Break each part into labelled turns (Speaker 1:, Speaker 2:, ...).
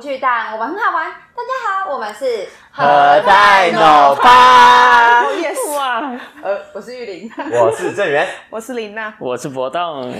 Speaker 1: 巨蛋，我们很好玩。大家好，我们是
Speaker 2: 何在脑
Speaker 3: 啊
Speaker 2: 吧？
Speaker 3: ，yes，
Speaker 4: 哇，
Speaker 1: 呃，我是玉玲。
Speaker 2: 我是郑源，
Speaker 3: 我是林娜。
Speaker 4: 我是博栋，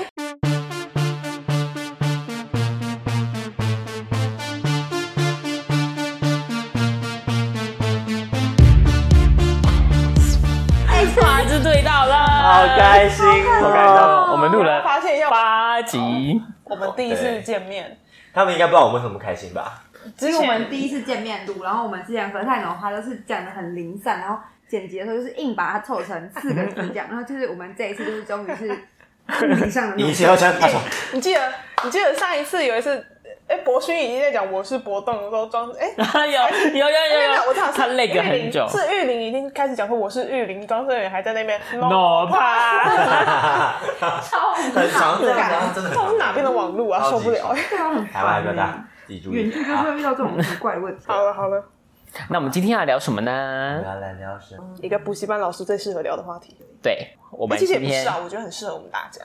Speaker 4: 八字啊对到了，
Speaker 2: 好开心
Speaker 4: 好感
Speaker 2: 哦！
Speaker 4: 动，我们录了
Speaker 3: 发现要
Speaker 4: 八集，
Speaker 3: 我们第一次见面，
Speaker 2: 他们应该不知道我们为什么开心吧？
Speaker 1: 这是我们第一次见面录，然后我们之前和泰农话都是讲的很零散，然后剪辑的时候就是硬把它凑成四个字讲，然后就是我们这一次就是终于是物理上的那
Speaker 2: 你
Speaker 1: 种。
Speaker 2: 先要先 他说，
Speaker 3: 你记得你记得上一次有一次，哎，博勋已经在讲我是博栋的时候装，哎，
Speaker 4: 有有有
Speaker 3: 没有
Speaker 4: 有
Speaker 3: 没啊有，我
Speaker 4: 有，
Speaker 3: 讲
Speaker 4: 啊他累个很久
Speaker 3: 是玉玲已经开始讲说我是玉玲，庄胜远还在那边
Speaker 4: ，no 怕，
Speaker 1: 超
Speaker 2: 很长这样的啊，
Speaker 1: 感，
Speaker 2: 真的很
Speaker 3: 到底
Speaker 2: 长。
Speaker 3: 是哪边的网路啊，
Speaker 2: 超
Speaker 3: 受
Speaker 2: 级
Speaker 3: 不了。
Speaker 1: 对 啊，很烦
Speaker 2: 台湾还比较大，自己注
Speaker 1: 远
Speaker 2: 意
Speaker 1: 距就是
Speaker 2: 啊。
Speaker 1: 会遇到这种奇怪的问题。
Speaker 3: 好了好了，
Speaker 4: 那我们今天要聊什么
Speaker 2: 我们
Speaker 4: 呢？
Speaker 2: 要来聊什么？
Speaker 3: 一个补习班老师最适合聊的话题，
Speaker 4: 对，我们
Speaker 3: 其实
Speaker 4: 今
Speaker 3: 也不
Speaker 4: 天
Speaker 3: 是啊，我觉得很适合我们大家。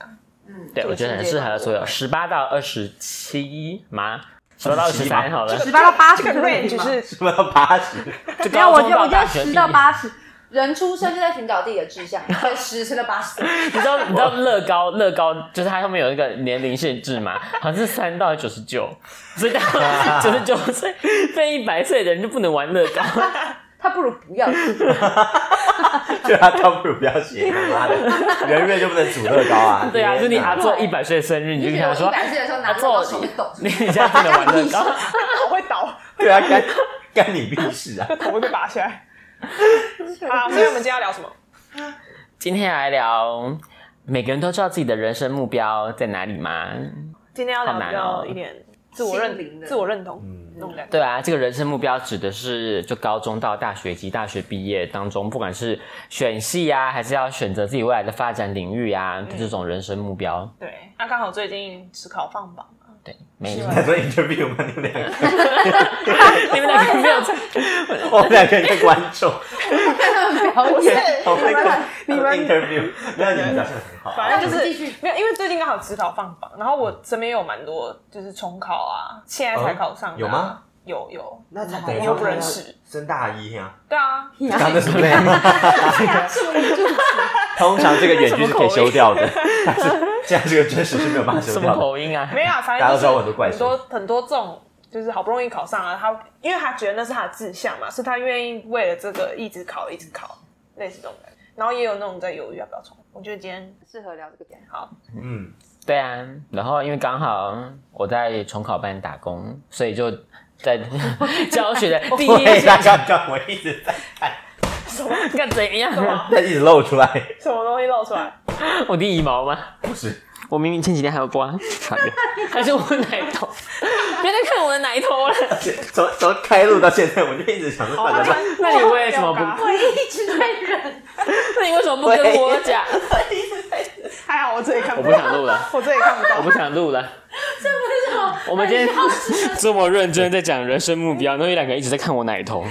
Speaker 4: 对，我觉得很适合所有十八到二十七吗？十八到二十三好了，
Speaker 1: 十八到八十
Speaker 3: 这个 range 是
Speaker 2: 是不是要八十？
Speaker 4: 就
Speaker 1: 没有，我
Speaker 4: 高
Speaker 1: 觉
Speaker 4: 中
Speaker 1: 得我觉得
Speaker 4: 到大学
Speaker 1: 十
Speaker 4: 毕
Speaker 1: 到
Speaker 4: 业。
Speaker 1: 八十，人出生就在寻找自己的志向，所以十升到八十。
Speaker 4: 你知道你知道乐高乐高就是它上面有一个年龄限制嘛，好像是三到九十九，所以到 九十九岁变一百岁的人就不能玩乐高。
Speaker 1: 他不如不要自己。
Speaker 2: 就他倒不如不要写，他妈的，圆月就不能组乐高啊？
Speaker 4: 对啊，就你
Speaker 2: 天哪
Speaker 4: 阿做一百岁生日，你就跟他说
Speaker 1: 一百岁的时候拿
Speaker 4: 阿
Speaker 1: 着我
Speaker 4: 做
Speaker 1: 手就抖，
Speaker 4: 你现在不能玩 乐高。
Speaker 3: 我会倒，
Speaker 2: 对啊，干干你屁事啊！
Speaker 3: 头会被拔下来。好，所以我们今天要聊什么？
Speaker 4: 今天来聊，每个人都知道自己的人生目标在哪里吗？
Speaker 3: 今天要聊
Speaker 4: 好
Speaker 3: 比
Speaker 4: 难
Speaker 3: 较
Speaker 4: 哦
Speaker 3: 一点自我认
Speaker 1: 心灵的
Speaker 3: 自我认同
Speaker 2: 嗯
Speaker 3: 那种感觉。
Speaker 4: 对啊，这个人生目标指的是就高中到大学及大学毕业当中，不管是选系啊，还是要选择自己未来的发展领域啊，这种人生目标。
Speaker 3: 对，那刚好最近职考放榜嘛，
Speaker 4: 对，没
Speaker 3: 是
Speaker 4: 有
Speaker 3: 吗，
Speaker 2: 他说 interview 吗？你们两个，
Speaker 4: 你们两个没有在，
Speaker 2: 我们两个一个观众，
Speaker 3: 不是
Speaker 2: 我们一个
Speaker 3: 你们
Speaker 2: interview，没有你们表现得很好啊。
Speaker 3: 反正就
Speaker 1: 那我们继
Speaker 3: 是
Speaker 1: 续
Speaker 3: 没有，因为最近刚好职考放榜，然后我身边有蛮多就是重考啊，现在才考上、的啊
Speaker 2: 嗯有吗？
Speaker 3: 有有，
Speaker 2: 那他等
Speaker 3: 我
Speaker 2: 于
Speaker 3: 又不认识。
Speaker 2: 升大一啊，
Speaker 3: 对 啊，
Speaker 2: 刚 的什么内容？ 通常这个远距是可以修掉的，但是现在这个真实是没有办法修
Speaker 4: 什么
Speaker 2: 掉 的。
Speaker 4: 口音啊？
Speaker 3: 没有啊，反
Speaker 2: 大家都知
Speaker 3: 正就是
Speaker 2: 道我很多怪
Speaker 3: 很多很多这种，就是好不容易考上了，他因为他觉得那是他的志向嘛，是他愿意为了这个一直考一直考，类似这种感觉。然后也有那种在犹豫要不要重考，我觉得今天
Speaker 1: 适合聊这个点。
Speaker 3: 好，
Speaker 2: 嗯，
Speaker 4: 对啊，然后因为刚好我在重考班打工，所以就在 教学的第一
Speaker 2: 对，
Speaker 4: 天，
Speaker 2: 刚刚刚我一直在
Speaker 3: 什么
Speaker 4: 看怎样？啊
Speaker 2: 在一直露出来，
Speaker 3: 什么东西露出来？
Speaker 4: 我第一毛吗？
Speaker 2: 不是
Speaker 4: 我明明前几天还有刮，好的， 还是我奶 头，别再看我的奶头了。
Speaker 2: 从从开录到现在，我就一直想说，
Speaker 3: 哦他穿
Speaker 4: 那你为什么不
Speaker 3: 吊嘎
Speaker 1: 我一直在 忍，
Speaker 4: 那你为什么不跟我讲？
Speaker 3: 还好我这里看
Speaker 4: 我
Speaker 3: 不
Speaker 4: 不
Speaker 3: 到，
Speaker 4: 想录了，
Speaker 3: 我这里看不
Speaker 4: 我
Speaker 3: 到。
Speaker 4: 不想录了。
Speaker 1: 为什么？
Speaker 4: 我们今天这么认真在讲人生目标，然后有两个一直在看我奶头。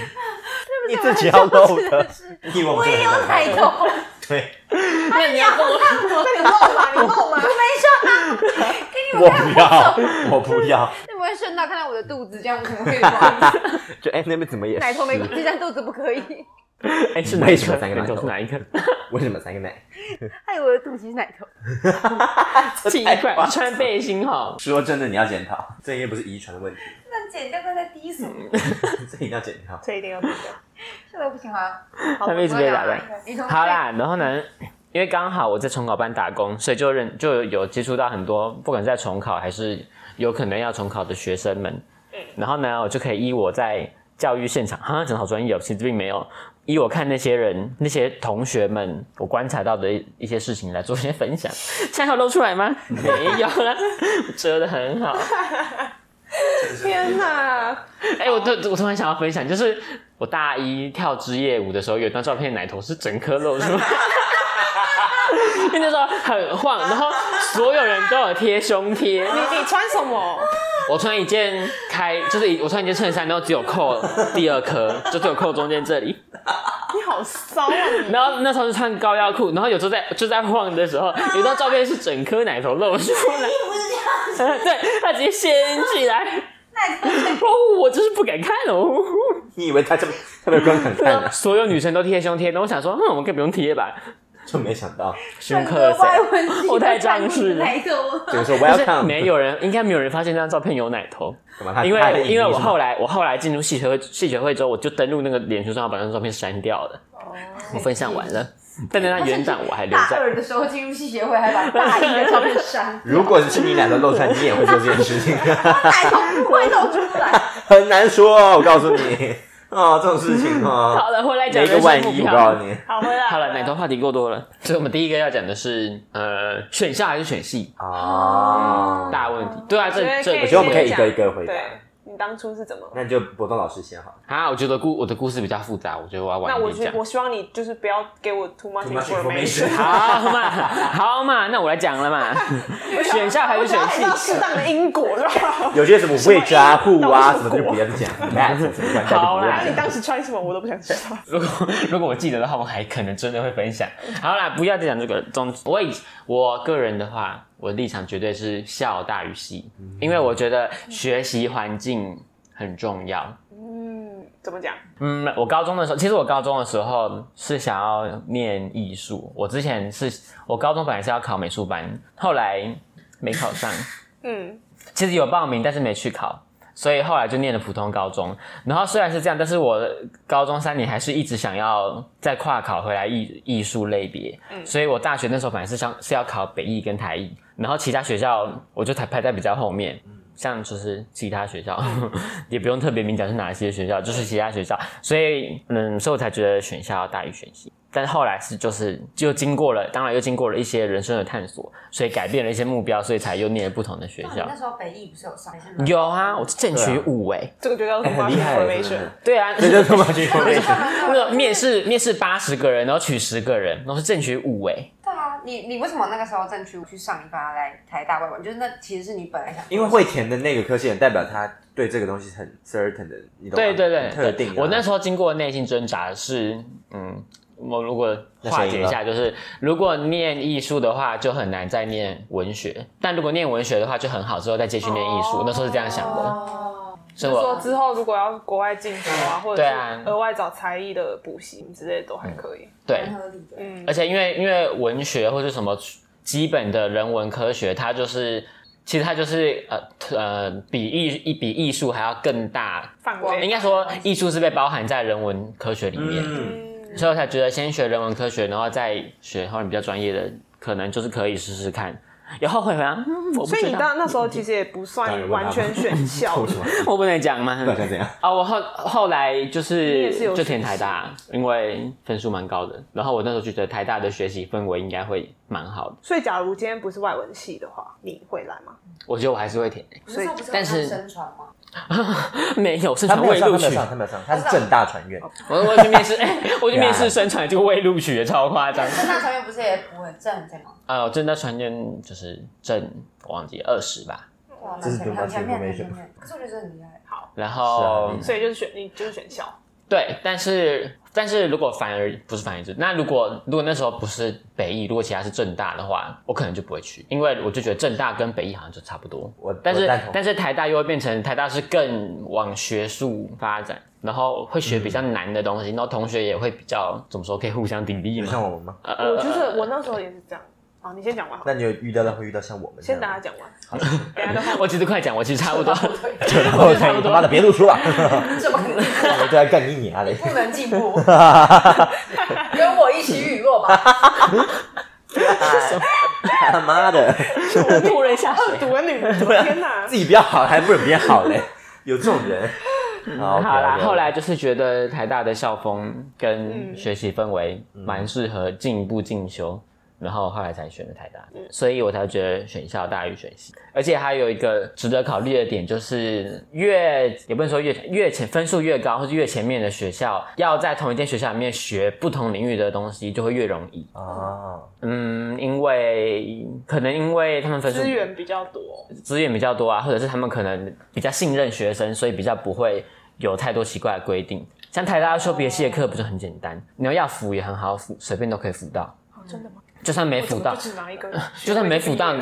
Speaker 2: 你自己要露的，你以为
Speaker 1: 我也有彩
Speaker 2: 头，
Speaker 1: 头，
Speaker 2: 对，
Speaker 1: 哎
Speaker 4: 那你要跟我，
Speaker 3: 那你露嘛，你露嘛。
Speaker 1: 没错。给你
Speaker 2: 我
Speaker 1: 们看
Speaker 2: 不要，我不要，
Speaker 1: 你们 会顺道看到我的肚子，这样我可能会有点不好意思
Speaker 2: 就哎那边怎么也
Speaker 1: 奶头没，
Speaker 2: 是
Speaker 1: 这张肚子不可以。
Speaker 4: 哎，是
Speaker 2: 为什么三个奶头
Speaker 4: 是哪一个？
Speaker 2: 为什么三个奶？
Speaker 1: 哎，我的肚脐是奶头，
Speaker 4: 奇怪，你穿背心好。
Speaker 2: 说真的，你要检讨，这应该不是遗传的问题，
Speaker 1: 那剪掉快在低俗，
Speaker 2: 这一定要检讨。
Speaker 3: 这一定要不掉。
Speaker 1: 这个不行啊。
Speaker 3: 好
Speaker 4: 他们一直被打断。
Speaker 1: 你从
Speaker 4: 好啦，然后呢，因为刚好我在重考班打工，所以就认就有接触到很多，不管是在重考还是有可能要重考的学生们。然后呢，我就可以依我在教育现场，哈，讲得好专业哦，其实并没有。依我看那些人、那些同学们，我观察到的一一些事情来做一些分享。现在有露出来吗？没有啦，遮的很好。
Speaker 3: 天哪！
Speaker 4: 哎、我突我突然想要分享，就是我大一跳职业舞的时候，有一张照片，奶头是整颗露出来， 因为那时候很晃，然后所有人都有贴胸贴。
Speaker 3: 你你穿什么？
Speaker 4: 我穿一件开，就是一我穿一件衬衫，然后只有扣第二颗，就只有扣中间这里。
Speaker 3: 你好骚啊你！
Speaker 4: 然后那时候是穿高腰裤，然后有时候在就在晃的时候，有一张 照片是整颗奶头露出来，对，它直接掀起来。
Speaker 1: 奶太多了。
Speaker 4: 哦，我就是不敢看哦。
Speaker 2: 你以为他这么他们观敢 看的，
Speaker 4: 所有女生都贴胸贴，那我想说，嗯，我更不用贴吧，
Speaker 2: 就没想到
Speaker 4: 胸克
Speaker 1: 外
Speaker 4: 噻。
Speaker 1: 文系
Speaker 4: 我太仗势了
Speaker 1: 来的我。
Speaker 2: 这个时候
Speaker 4: 但是
Speaker 2: welcome
Speaker 4: 没有人，应该没有人发现那张照片有奶头，
Speaker 2: 干嘛？他
Speaker 4: 因
Speaker 2: 他的
Speaker 4: 为
Speaker 2: 隐
Speaker 4: 因为
Speaker 2: 喻
Speaker 4: 我
Speaker 2: 是吗，
Speaker 4: 后来我后来进入戏学会戏学会之后，我就登录那个脸书上把那张照片删掉了，我分享完了，但那张原档我还留
Speaker 1: 大
Speaker 4: 在。
Speaker 1: 二的时候进入系学会，还把大一的照片 删
Speaker 2: 如果是你奶头露出来，你也会做这件事情，
Speaker 1: 奶头哎不会露出 来。
Speaker 2: 很难说哦，我告诉你哦，这种事情哦，
Speaker 4: 好了，回来讲
Speaker 2: 没个
Speaker 4: 人
Speaker 2: 万
Speaker 4: 生目
Speaker 2: 一，我
Speaker 4: 标。
Speaker 2: 告诉你
Speaker 3: 好，回来。
Speaker 4: 好了，奶头话题过多了，所以我们第一个要讲的是，呃，选校还是选系？
Speaker 2: 哦，
Speaker 4: 大问题。对啊，
Speaker 3: 我觉
Speaker 4: 这
Speaker 3: 得可
Speaker 4: 这
Speaker 3: 以
Speaker 2: 我觉得我们可以一
Speaker 3: 先
Speaker 2: 个一个回答，
Speaker 3: 对，你当初是怎么？
Speaker 2: 那就博东老师先好了。
Speaker 4: 啊，我觉得故我的故事比较复杂，我觉得我要晚
Speaker 3: 那我
Speaker 4: 一
Speaker 3: 觉
Speaker 4: 点
Speaker 3: 得
Speaker 4: 讲。
Speaker 3: 我希望你就是不要给我 too much
Speaker 2: Too much information
Speaker 3: information。
Speaker 4: 好嘛，好嘛，那我来讲 了嘛。选校还是选
Speaker 3: 我想要知道
Speaker 4: 系
Speaker 3: 适？当的因果是吧？
Speaker 2: 有些什么未扎户啊，
Speaker 3: 什
Speaker 2: 什么
Speaker 3: 么
Speaker 2: 就不要讲，那什么关系
Speaker 4: 好啦
Speaker 3: 你当时穿什么我都不想知道。
Speaker 4: 如果如果我记得的话，我还可能真的会分享。好啦，不要再讲这个。总之我以我个人的话，我的立场绝对是校大于系，因为我觉得学习环境很重要。
Speaker 3: 嗯，怎么讲？
Speaker 4: 嗯，我高中的时候，其实我高中的时候是想要念艺术。我之前是我高中本来是要考美术班，后来没考上，
Speaker 3: 嗯，
Speaker 4: 其实有报名，但是没去考，所以后来就念了普通高中。然后虽然是这样，但是我高中三年还是一直想要再跨考回来艺艺术类别，所以我大学那时候本来是想是要考北艺跟台艺，然后其他学校我就排排在比较后面。像就是其他学校， 也不用特别明讲是哪些学校，就是其他学校，所以嗯，所以我才觉得选校要大于选系。但是后来是就是就经过了，当然又经过了一些人生的探索，所以改变了一些目标，所以才又念了不同的学校。
Speaker 5: 时候北艺不是有上？
Speaker 4: 有啊，我是正取五哎、
Speaker 3: 这个就叫 too
Speaker 2: 很
Speaker 3: much
Speaker 2: 厉害，
Speaker 3: information。
Speaker 4: 对啊，
Speaker 2: 这就是他妈去
Speaker 4: 那个面试面试八十个人，然后取十个人，然后是正取五哎、
Speaker 5: 对啊，你你为什么那个时候正去去上一发来台大外文？就是那其实是你本来想
Speaker 2: 因为会填的那个科系，代表他对这个东西是很 certain 的，你懂吗？
Speaker 4: 对对对，
Speaker 2: 特定啊。
Speaker 4: 我那时候经过的内心挣扎是，嗯，我如果化解一下，就是如果念艺术的话，就很难再念文学；但如果念文学的话，就很好，之后再继续念艺术。
Speaker 3: 哦
Speaker 4: 那时候是这样想的，
Speaker 5: 哦，
Speaker 4: 所以
Speaker 3: 就说
Speaker 4: 我
Speaker 3: 之后如果要国外进修啊，或者
Speaker 4: 啊对啊
Speaker 3: 是额外找才艺的补习之类的都还可以。
Speaker 4: 对，
Speaker 5: 蛮合理的。
Speaker 3: 嗯
Speaker 4: 而，且因为因为文学或是什么基本的人文科学，它就是其实它就是呃呃比艺比艺术还要更大，
Speaker 3: 范
Speaker 4: 应
Speaker 3: 围。
Speaker 4: 该说艺术是被包含在人文科学里面，
Speaker 2: 嗯，
Speaker 3: 嗯
Speaker 4: 所以我才觉得先学人文科学，然后再学后面比较专业的，可能就是可以试试看。有后悔吗？嗯我不
Speaker 3: 所以
Speaker 4: 知
Speaker 3: 你
Speaker 4: 道，
Speaker 3: 当那时候其实也不
Speaker 2: 当
Speaker 3: 算
Speaker 2: 然
Speaker 3: 完全选 校
Speaker 2: 为，什么？
Speaker 4: 我不能讲吗？
Speaker 2: 不想怎样？
Speaker 4: 啊，我后后来就
Speaker 3: 你
Speaker 4: 是
Speaker 3: 也是有
Speaker 4: 就填台大，因为分数蛮高的，然后我那时候就觉得台大的学习氛围应该会蛮好的，
Speaker 3: 所以假如今天不是外文系的话，你会来吗？
Speaker 4: 我觉得我还是会填。
Speaker 5: 你那时候不是
Speaker 4: 但是
Speaker 5: 有上宣传吗？
Speaker 4: 没有，是
Speaker 2: 他
Speaker 4: 传
Speaker 2: 没有
Speaker 4: 未
Speaker 2: 上，
Speaker 4: 录
Speaker 2: 他没有
Speaker 4: 取。哦
Speaker 2: 上，他没有上，他是正大传院。
Speaker 4: 我我去 面试，哎我去面
Speaker 2: 啊
Speaker 4: 试宣传， 结果未录取，超夸张。
Speaker 5: 正大传院不是也不很正正吗？
Speaker 4: 啊，我正在传件就是正，我忘记二十吧。
Speaker 5: 对啊，
Speaker 2: 这是
Speaker 5: 很
Speaker 2: too much
Speaker 5: 前面很
Speaker 2: information
Speaker 5: 前面。可是我觉得很厉 害。
Speaker 4: 然
Speaker 2: 是啊
Speaker 4: 后
Speaker 2: 你
Speaker 3: 所以就是选你就是选校，
Speaker 4: 对，但是但是如果反而不是反而是，那如果如果那时候不是北艺，如果其他是正大的话，我可能就不会去，因为我就觉得正大跟北艺好像就差不多。
Speaker 2: 我
Speaker 4: 但
Speaker 2: 我
Speaker 4: 是
Speaker 2: 赞同
Speaker 4: 但是台大又会变成台大是更往学术发展，然后会学比
Speaker 2: 嗯
Speaker 4: 较难的东西，然后同学也会比较怎么说，可以互相砥砺
Speaker 2: 有
Speaker 4: 嘛。
Speaker 2: 像我们吗？
Speaker 4: 呃
Speaker 3: 我就是我那时候也是这样。好，你先讲完好了，
Speaker 2: 那你有遇到的会遇到像我们这
Speaker 3: 先
Speaker 2: 样
Speaker 3: 大
Speaker 2: 吗？
Speaker 3: 家讲完，等一下的 话
Speaker 4: 我其实快讲，我其实差不 多。
Speaker 2: 然后才你他妈的别录书了，
Speaker 5: 怎么可能
Speaker 2: 我就要干你你 啊嘞！
Speaker 5: 不能进步？ 跟我一起陨落吧！
Speaker 2: 他妈的，
Speaker 4: 我突然下水
Speaker 3: 恶。毒的女人，天 哪！
Speaker 2: 自己比较好还不如别人好嘞，有这种人。啊好
Speaker 4: 嗯好啦，后。
Speaker 2: OK，OK，OK
Speaker 4: 来就是觉得台大的校风跟学习氛围蛮适合进一步进修，然后后来才选了台大，所以我才觉得选校大于选系。而且还有一个值得考虑的点就是，越也不能说越越前分数越高，或是越前面的学校，要在同一间学校里面学不同领域的东西，就会越容易。
Speaker 2: 哦，
Speaker 4: 嗯，因为可能因为他们分数
Speaker 3: 资源比较多，
Speaker 4: 资源比较多啊，或者是他们可能比较信任学生，所以比较不会有太多奇怪的规定。像台大修别系的课不是很简单，你要要辅也很好辅，随便都可以辅到。
Speaker 3: 哦真的吗？
Speaker 4: 就算没
Speaker 3: 我怎
Speaker 4: 辅
Speaker 3: 么
Speaker 4: 导
Speaker 3: 不，只拿一个，
Speaker 4: 就算没辅导，你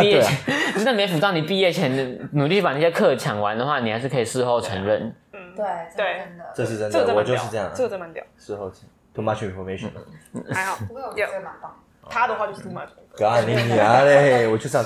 Speaker 4: 毕业前， 就算没辅导，你毕业前努力把那些课抢完的话，你还是可以事后承认。
Speaker 3: 嗯，
Speaker 5: 对，
Speaker 3: 对
Speaker 5: 真的
Speaker 2: 这
Speaker 5: 真的。
Speaker 2: 是真
Speaker 3: 这个
Speaker 2: 的，
Speaker 3: 真
Speaker 2: 我
Speaker 3: 蛮
Speaker 2: 就
Speaker 3: 屌
Speaker 2: 是这样啊，
Speaker 3: 这个真蛮屌，
Speaker 2: 事后请 too much information。
Speaker 3: 还好。
Speaker 5: 不过我觉得蛮棒
Speaker 3: 他的话就是 too much。
Speaker 2: 干你娘嘞！我就想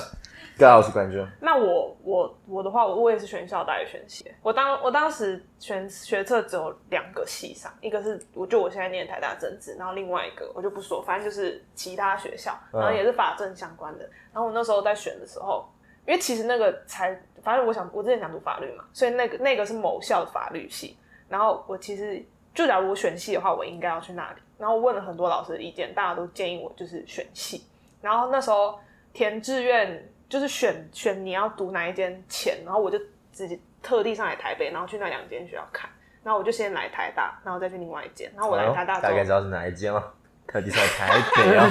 Speaker 2: 告诉观众，
Speaker 3: 那我我我的话，我我也是选校大学选系。我当我当时选学测只有两个系上，一个是我就我现在念台大政治，然后另外一个我就不说，反正就是其他学校，
Speaker 2: 嗯
Speaker 3: 然后也是法政相关的。然后我那时候在选的时候，因为其实那个才，反正我想我之前想读法律嘛，所以那个那个是某校的法律系。然后我其实就假如我选系的话，我应该要去那里。然后我问了很多老师的意见，大家都建议我就是选系。然后那时候填志愿就是选选你要读哪一间前，然后我就自己特地上来台北，然后去那两间学校看。然后我就先来台大，然后再去另外一间。然后我来台大之
Speaker 2: 哎哦大概知
Speaker 3: 后，
Speaker 2: 道是哪一间了。特地上台北啊，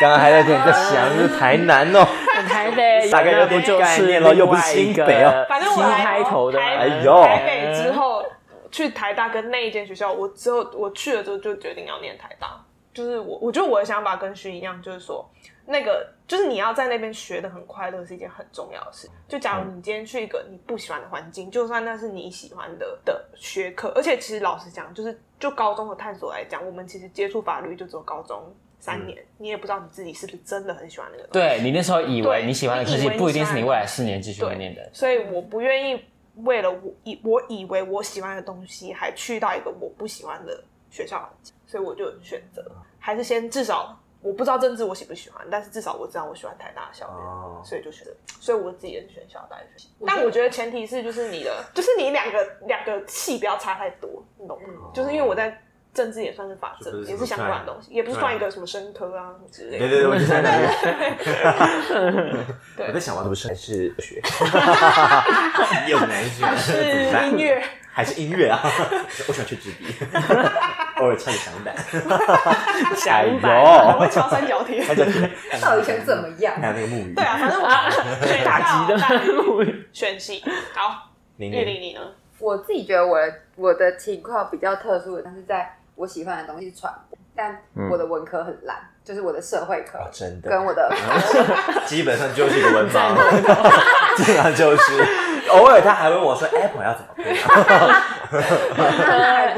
Speaker 2: 刚刚还在跟你在想是台南哦，
Speaker 4: 台北
Speaker 2: 大概有
Speaker 4: 那
Speaker 2: 点
Speaker 4: 不就
Speaker 2: 概
Speaker 4: 是
Speaker 2: 念
Speaker 4: 另
Speaker 2: 咯
Speaker 4: 外
Speaker 2: 又不是
Speaker 4: 一
Speaker 2: 新
Speaker 4: 个
Speaker 2: 北 哦
Speaker 3: 反正我
Speaker 4: 新
Speaker 3: 来
Speaker 4: 开头的吗，
Speaker 3: 台
Speaker 2: 哎呦
Speaker 3: 台北之后去台大跟那一间学校，我之后我去了之后就决定要念台大。就是我，我觉得我的想法跟徐一样，就是说，那个就是你要在那边学的很快乐是一件很重要的事。就假如你今天去一个你不喜欢的环境，就算那是你喜欢的的学科，而且其实老实讲，就是就高中的探索来讲，我们其实接触法律就只有高中三年，你也不知道你自己是不是真的很喜欢那个东西。
Speaker 4: 对你那时候以为
Speaker 3: 对
Speaker 4: 你喜欢的科
Speaker 3: 你以
Speaker 4: 技
Speaker 3: 为你
Speaker 4: 不一定是你
Speaker 3: 喜欢的
Speaker 4: 未来四年继续
Speaker 3: 对
Speaker 4: 会念的，
Speaker 3: 所以我不愿意为了我以我以为我喜欢的东西，还去到一个我不喜欢的学校环境，所以我就选择还是先至少我不知道政治我喜不喜欢，但是至少我知道我喜欢台大的校园，
Speaker 2: 哦
Speaker 3: 所以就选择，所以我自己也是选校大学。但我觉得前提是就是你的，就是你两个两个系不要差太多，你懂吗？就是因为我在。政治也算是法
Speaker 2: 就不
Speaker 3: 政，
Speaker 2: 是
Speaker 3: 也是相关的东西，也不是算一个什么生科啊什么之类
Speaker 2: 对
Speaker 3: 的。
Speaker 2: 对对，我就在那边。
Speaker 3: 对
Speaker 2: 我在想，我是不是还是学？又难学，
Speaker 3: 是音乐，
Speaker 2: 还是音乐啊？ 我喜欢吹纸 笛，偶尔唱个响板。哎呦
Speaker 3: 我会敲三角铁。
Speaker 2: 还在听
Speaker 5: 到底想怎么样？
Speaker 2: 还有那个木鱼，
Speaker 3: 对啊， 反正我选
Speaker 4: 打击的
Speaker 3: 到 大学选系。好，
Speaker 2: 零
Speaker 3: 玉
Speaker 2: 零
Speaker 3: 玲你呢？
Speaker 5: 我自己觉得我的我的情况比较特殊，但是在我喜欢的东西是传播，但我的文科很烂，就是我的社会科
Speaker 2: 哦，真的
Speaker 5: 跟我的
Speaker 2: 基本上就是一个文盲， 基本上就是。偶尔他还问我说：“Apple 要怎么配啊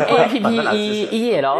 Speaker 4: A P P
Speaker 2: 那是
Speaker 4: E E L，？”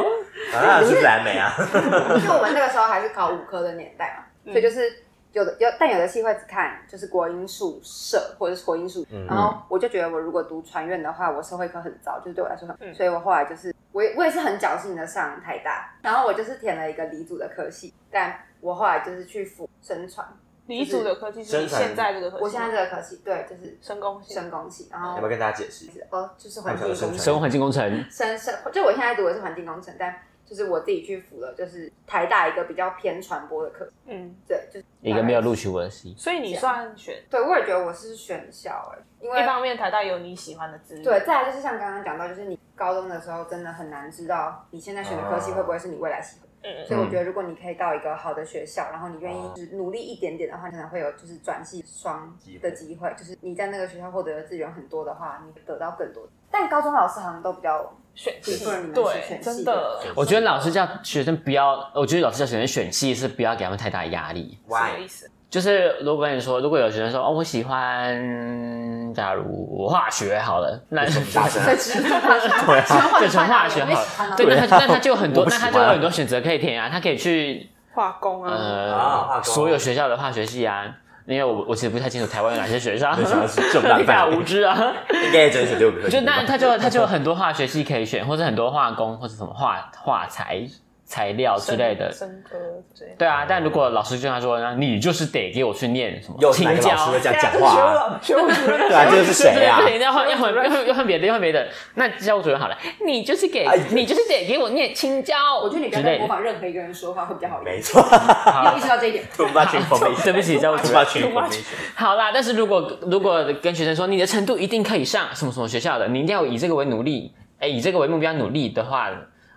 Speaker 2: 啊，是不是蓝莓啊？
Speaker 5: 因为我们那个时候还是考五科的年代嘛，所以就是有的有，但有的系会只看就是国英数社或者是国英数，
Speaker 2: 嗯
Speaker 5: 然
Speaker 3: 哦
Speaker 5: 后我就觉得我如果读传院的话，我社会科很糟，就是对我来说很，
Speaker 3: 嗯
Speaker 5: 所以我后来就是我也我也是很侥幸的上台大，然后我就是填了一个理组的科系，但我后来就是去辅生传，
Speaker 3: 你组的科技是
Speaker 2: 生
Speaker 3: 你
Speaker 2: 产
Speaker 3: 现在这个科技，
Speaker 5: 我现在这个科系对就是
Speaker 3: 深工系。
Speaker 5: 生工系，然
Speaker 2: 要
Speaker 5: 后
Speaker 2: 不要跟大家解释？
Speaker 5: 哦就是环境工程。
Speaker 4: 生物环境工程，
Speaker 5: 生生，就我现在读的是环境工程，但就是我自己去辅了，就是台大一个比较偏传播的课，
Speaker 3: 嗯，
Speaker 5: 对，就是
Speaker 4: 一个没有录取我的系，
Speaker 3: 所以你算选
Speaker 5: 对我也觉得我是选校哎、因
Speaker 3: 一
Speaker 5: 为
Speaker 3: 方面台大有你喜欢的资源，
Speaker 5: 对，再来就是像刚刚讲到，就是你高中的时候真的很难知道你现在选的科系会不会是你未来喜欢。
Speaker 3: 嗯
Speaker 5: 所以我觉得，如果你可以到一个好的学校，然后你愿意就是努力一点点的话，可能会有就是转系双的机会。就是你在那个学校获得的资源很多的话，你得到更多。但高中老师好像都比较
Speaker 3: 选系，
Speaker 5: 对你们是
Speaker 3: 对，
Speaker 5: 选系
Speaker 3: 真的
Speaker 5: 对
Speaker 4: 我觉得老师叫学生不要，我觉得老师叫学生选系是不要给他们太大压力。
Speaker 3: 什么意思？
Speaker 4: 就是如果你说，如果有学生说哦，我喜欢，假如化学好了，那就
Speaker 2: 大 声
Speaker 5: 对，其实就是化学，
Speaker 4: 纯化学好了，对，那他那他就有很
Speaker 2: 我
Speaker 4: 多，
Speaker 2: 不
Speaker 4: 那
Speaker 2: 喜欢
Speaker 4: 他就有很多选择可以填啊，他可以去
Speaker 3: 化工啊，
Speaker 2: 啊化
Speaker 4: 呃
Speaker 2: 工
Speaker 4: 所有学校的化学系啊，因为我我其实不太清楚台湾有哪些学校，
Speaker 2: 没想到是 这么大
Speaker 4: 你大
Speaker 2: 范围
Speaker 4: 无知啊。
Speaker 2: 应该也只能选六个科技
Speaker 4: 就
Speaker 2: 吧。
Speaker 4: 那他就他就有很多化学系可以选，或者很多化工或者什么化化材材料之类的。
Speaker 3: 生科之类的。
Speaker 4: 对啊，但如果老师就跟他说，那你就是得给我去念什么
Speaker 2: 又是
Speaker 4: 青
Speaker 2: 哪个
Speaker 4: 椒
Speaker 2: 老师会这样讲
Speaker 3: 对
Speaker 2: 话啊？
Speaker 3: 啊这是学务老学务主任
Speaker 2: 对啊，这个是谁啊
Speaker 4: 对？对对，要换要换要换要换别的，要换别的。那教务主任好了，你就是给
Speaker 2: 哎呀
Speaker 4: 你就是得给我念青椒，
Speaker 5: 我觉得你不
Speaker 4: 之
Speaker 5: 要再
Speaker 4: 类
Speaker 5: 模
Speaker 4: 的。
Speaker 5: 仿任何一个人说话会比较好一点。
Speaker 2: 没错
Speaker 5: 你有意识到这一点？
Speaker 2: ，too much information。
Speaker 4: 对不起教务主任
Speaker 2: too much information。
Speaker 4: 好啦，但是如果如果跟学生说你的程度一定可以上什么什么学校的，你一定要以这个为努力，哎，以这个为目标努力的话，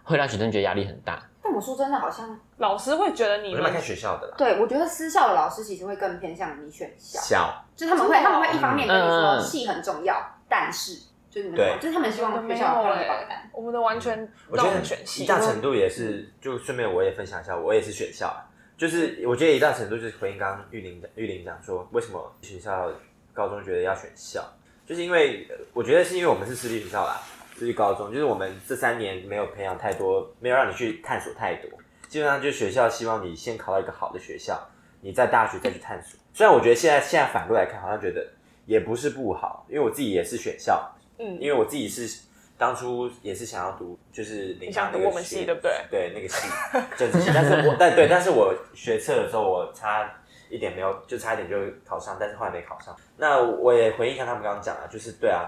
Speaker 4: 会让学生觉得压力很大。
Speaker 5: 但我说真的，好像
Speaker 3: 老师会觉得你
Speaker 2: 我是蛮看
Speaker 3: 们
Speaker 2: 学校的啦，
Speaker 5: 对我觉得私校的老师其实会更偏向你选校，
Speaker 2: 校
Speaker 5: 就是他们会
Speaker 3: 真的
Speaker 5: 他
Speaker 3: 哦
Speaker 5: 们会一方面跟你说
Speaker 4: 嗯
Speaker 5: 戏很重要，但是就是你们
Speaker 2: 对
Speaker 5: 就是他们希望学
Speaker 3: 没
Speaker 5: 校有
Speaker 3: 有
Speaker 5: 他们的榜
Speaker 3: 哎
Speaker 5: 单，，
Speaker 3: 我们的完全
Speaker 2: 我觉
Speaker 3: 让我
Speaker 2: 得
Speaker 3: 们选系
Speaker 2: 一，大程度也是，就顺便我也分享一下，我也是选校啊。就是我觉得一大程度就是回应刚刚玉林玉林讲说，为什么学校高中觉得要选校，就是因为呃我觉得是因为我们是私立学校啦，私立高中，就是我们这三年没有培养太多，没有让你去探索太多，基本上就是学校希望你先考到一个好的学校，你在大学再去探索。虽然我觉得现在现在反过来看，好像觉得也不是不好，因为我自己也是选校，
Speaker 3: 嗯，
Speaker 2: 因为我自己是当初也是想要读，就是你
Speaker 3: 你想读我们系对不对？
Speaker 2: 对，那个系政治系，但是我但对，但是我学测的时候我差一点没有，就差一点就考上，但是后来没考上。那我也回应一下他们刚刚讲了，就是对啊，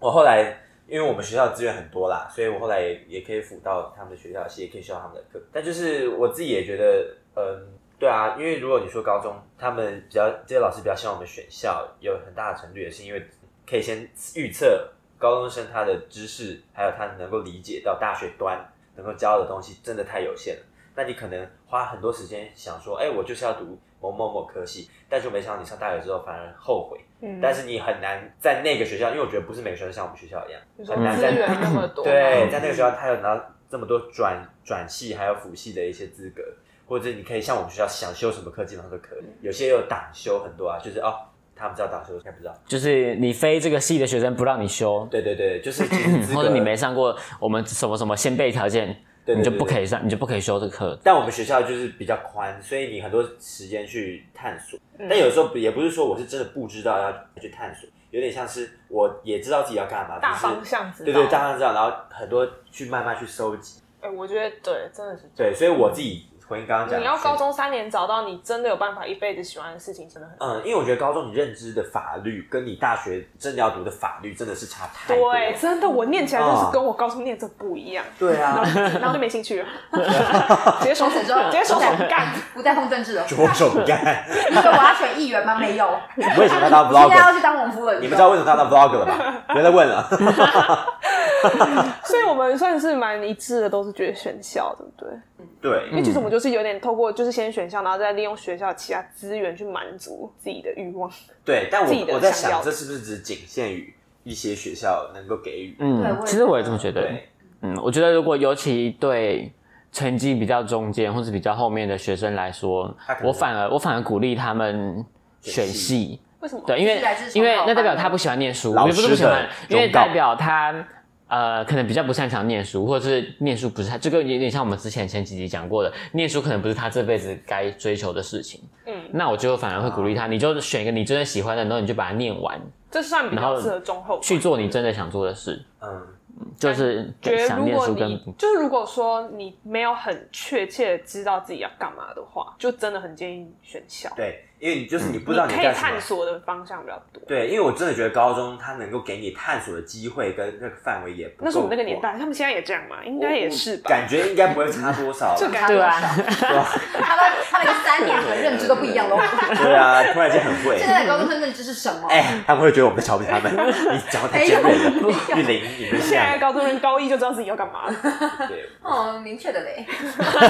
Speaker 2: 我后来因为我们学校资源很多啦，所以我后来也也可以辅到他们的学校的系，也可以修到他们的课。但就是我自己也觉得，嗯，对啊，因为如果你说高中，他们比较这些老师比较希望我们选校，有很大的程度也是因为可以先预测高中生他的知识，还有他能够理解到大学端能够教的东西真的太有限了。那你可能花很多时间想说，哎、我就是要读某某某科系，但是我没想到你上大学之后反而后悔。
Speaker 3: 嗯
Speaker 2: 但是你很难在那个学校，因为我觉得不是每个学校像我们学校一样，
Speaker 3: 你说
Speaker 2: 很难
Speaker 3: 资
Speaker 2: 在
Speaker 3: 源那么多，嗯
Speaker 2: 对，在那个学校他有拿到这么多转转系还有辅系的一些资格，或者你可以像我们学校想修什么课基本上都可
Speaker 4: 嗯
Speaker 2: 以，有些有党修很多啊，就是哦，他们知道党修，应该不知道。
Speaker 4: 就是你非这个系的学生不让你修，
Speaker 2: 对对对，就是其实资格
Speaker 4: 或者你没上过我们什么什么先备条件，
Speaker 2: 对对
Speaker 4: 你就
Speaker 2: 对
Speaker 4: 不
Speaker 2: 对
Speaker 4: 可以上，你就不可以修这个课。
Speaker 2: 但我们学校就是比较宽，所以你很多时间去探索。
Speaker 3: 嗯
Speaker 2: 但有时候也不是说我是真的不知道要去探索，有点像是我也知道自己要干嘛，
Speaker 3: 大
Speaker 2: 只是
Speaker 3: 方向知道。
Speaker 2: 对对大方向知道，然后很多去慢慢去收集。
Speaker 3: 哎，我觉得对，真的是
Speaker 2: 对，所以我自己回应刚刚讲，
Speaker 3: 你要高，中三年找到你真的有办法一辈子喜欢的事情，真的很
Speaker 2: 嗯，因为我觉得高中你认知的法律跟你大学真的要读的法律真的是差太多。
Speaker 3: 对，真的，我念起来
Speaker 4: 啊
Speaker 3: 就是跟我高中念的不一 样，
Speaker 2: 对啊，
Speaker 3: 然后就没兴趣了，直接手手直接 手手干，
Speaker 5: 不再碰政治了。
Speaker 2: 着手不干。
Speaker 5: 你说我要选议员吗？没有，
Speaker 2: 为什么要当
Speaker 5: 我现 在
Speaker 2: vlogger？
Speaker 5: 要去当农夫了。
Speaker 2: 你们知道为什么他当 vlogger 了吗？别再问了。
Speaker 3: 所以我们算是蛮一致的，都是觉得选校，对不对？
Speaker 2: 对
Speaker 3: 因，为其实
Speaker 4: 嗯
Speaker 3: 我们就是有点透过就是先选校，然后再利用学校其他资源去满足自己的欲望。
Speaker 2: 对，但
Speaker 3: 自己的
Speaker 2: 我我在想，
Speaker 3: 想要
Speaker 2: 这是不是只仅限于一些学校能够给予？
Speaker 5: 对
Speaker 4: 嗯
Speaker 5: 我，也
Speaker 4: 其实我也这么
Speaker 5: 觉
Speaker 4: 觉得。
Speaker 2: 对，
Speaker 4: 嗯，我觉得如果尤其对成绩比较中间或是比较后面的学生来说
Speaker 2: 他可，能
Speaker 4: 我反而我反而鼓励他们选
Speaker 2: 选系
Speaker 4: 系，
Speaker 3: 为什么？
Speaker 4: 对，因为
Speaker 5: 是来自
Speaker 4: 因为
Speaker 5: 崇高
Speaker 4: 那代表
Speaker 5: 班的
Speaker 4: 他不喜欢念书，
Speaker 2: 老
Speaker 4: 也不是不喜欢
Speaker 2: 师的，
Speaker 4: 因为
Speaker 2: 忠告
Speaker 4: 代表他呃可能比较不擅长念书，或者是念书不是他这个有点像我们之前前几集讲过的，念书可能不是他这辈子该追求的事情。
Speaker 3: 嗯，
Speaker 4: 那我就反而会鼓励他，你就选一个你真的喜欢的，然后你就把它念完，
Speaker 3: 这算比
Speaker 4: 然
Speaker 3: 较
Speaker 4: 后
Speaker 3: 适合中后
Speaker 4: 去做你真的想做的事，
Speaker 2: 嗯，
Speaker 4: 就是
Speaker 3: 觉得
Speaker 4: 想
Speaker 3: 如
Speaker 4: 念
Speaker 3: 果
Speaker 4: 书跟
Speaker 3: 你就是如果说你没有很确切地知道自己要干嘛的话，就真的很建议选校。
Speaker 2: 对，因为你就是你不知道
Speaker 3: 你可以
Speaker 2: 干什
Speaker 3: 探
Speaker 2: 么。
Speaker 3: 索的方向比较多。
Speaker 2: 对，因为我真的觉得高中它能够给你探索的机会跟那个范围也不够。
Speaker 3: 那是我们那个年，代，他们现在也这样嘛？应该也是吧？
Speaker 2: 感觉应该不会差多 少啦。
Speaker 3: 这感觉
Speaker 4: 对啊，
Speaker 5: 他们他们的三年和认知都不一样喽。
Speaker 2: 对啊，突然间很 会
Speaker 5: 现。在的高中生认知是什么？
Speaker 2: 哎、他们会觉得我们在瞧不起他们，你讲话太尖
Speaker 3: 哎
Speaker 2: 锐了。玉玲，你们是这
Speaker 3: 现在
Speaker 2: 样
Speaker 3: 高中人高一就知道自己要干嘛了。
Speaker 2: 对，
Speaker 5: 哦，明确的嘞。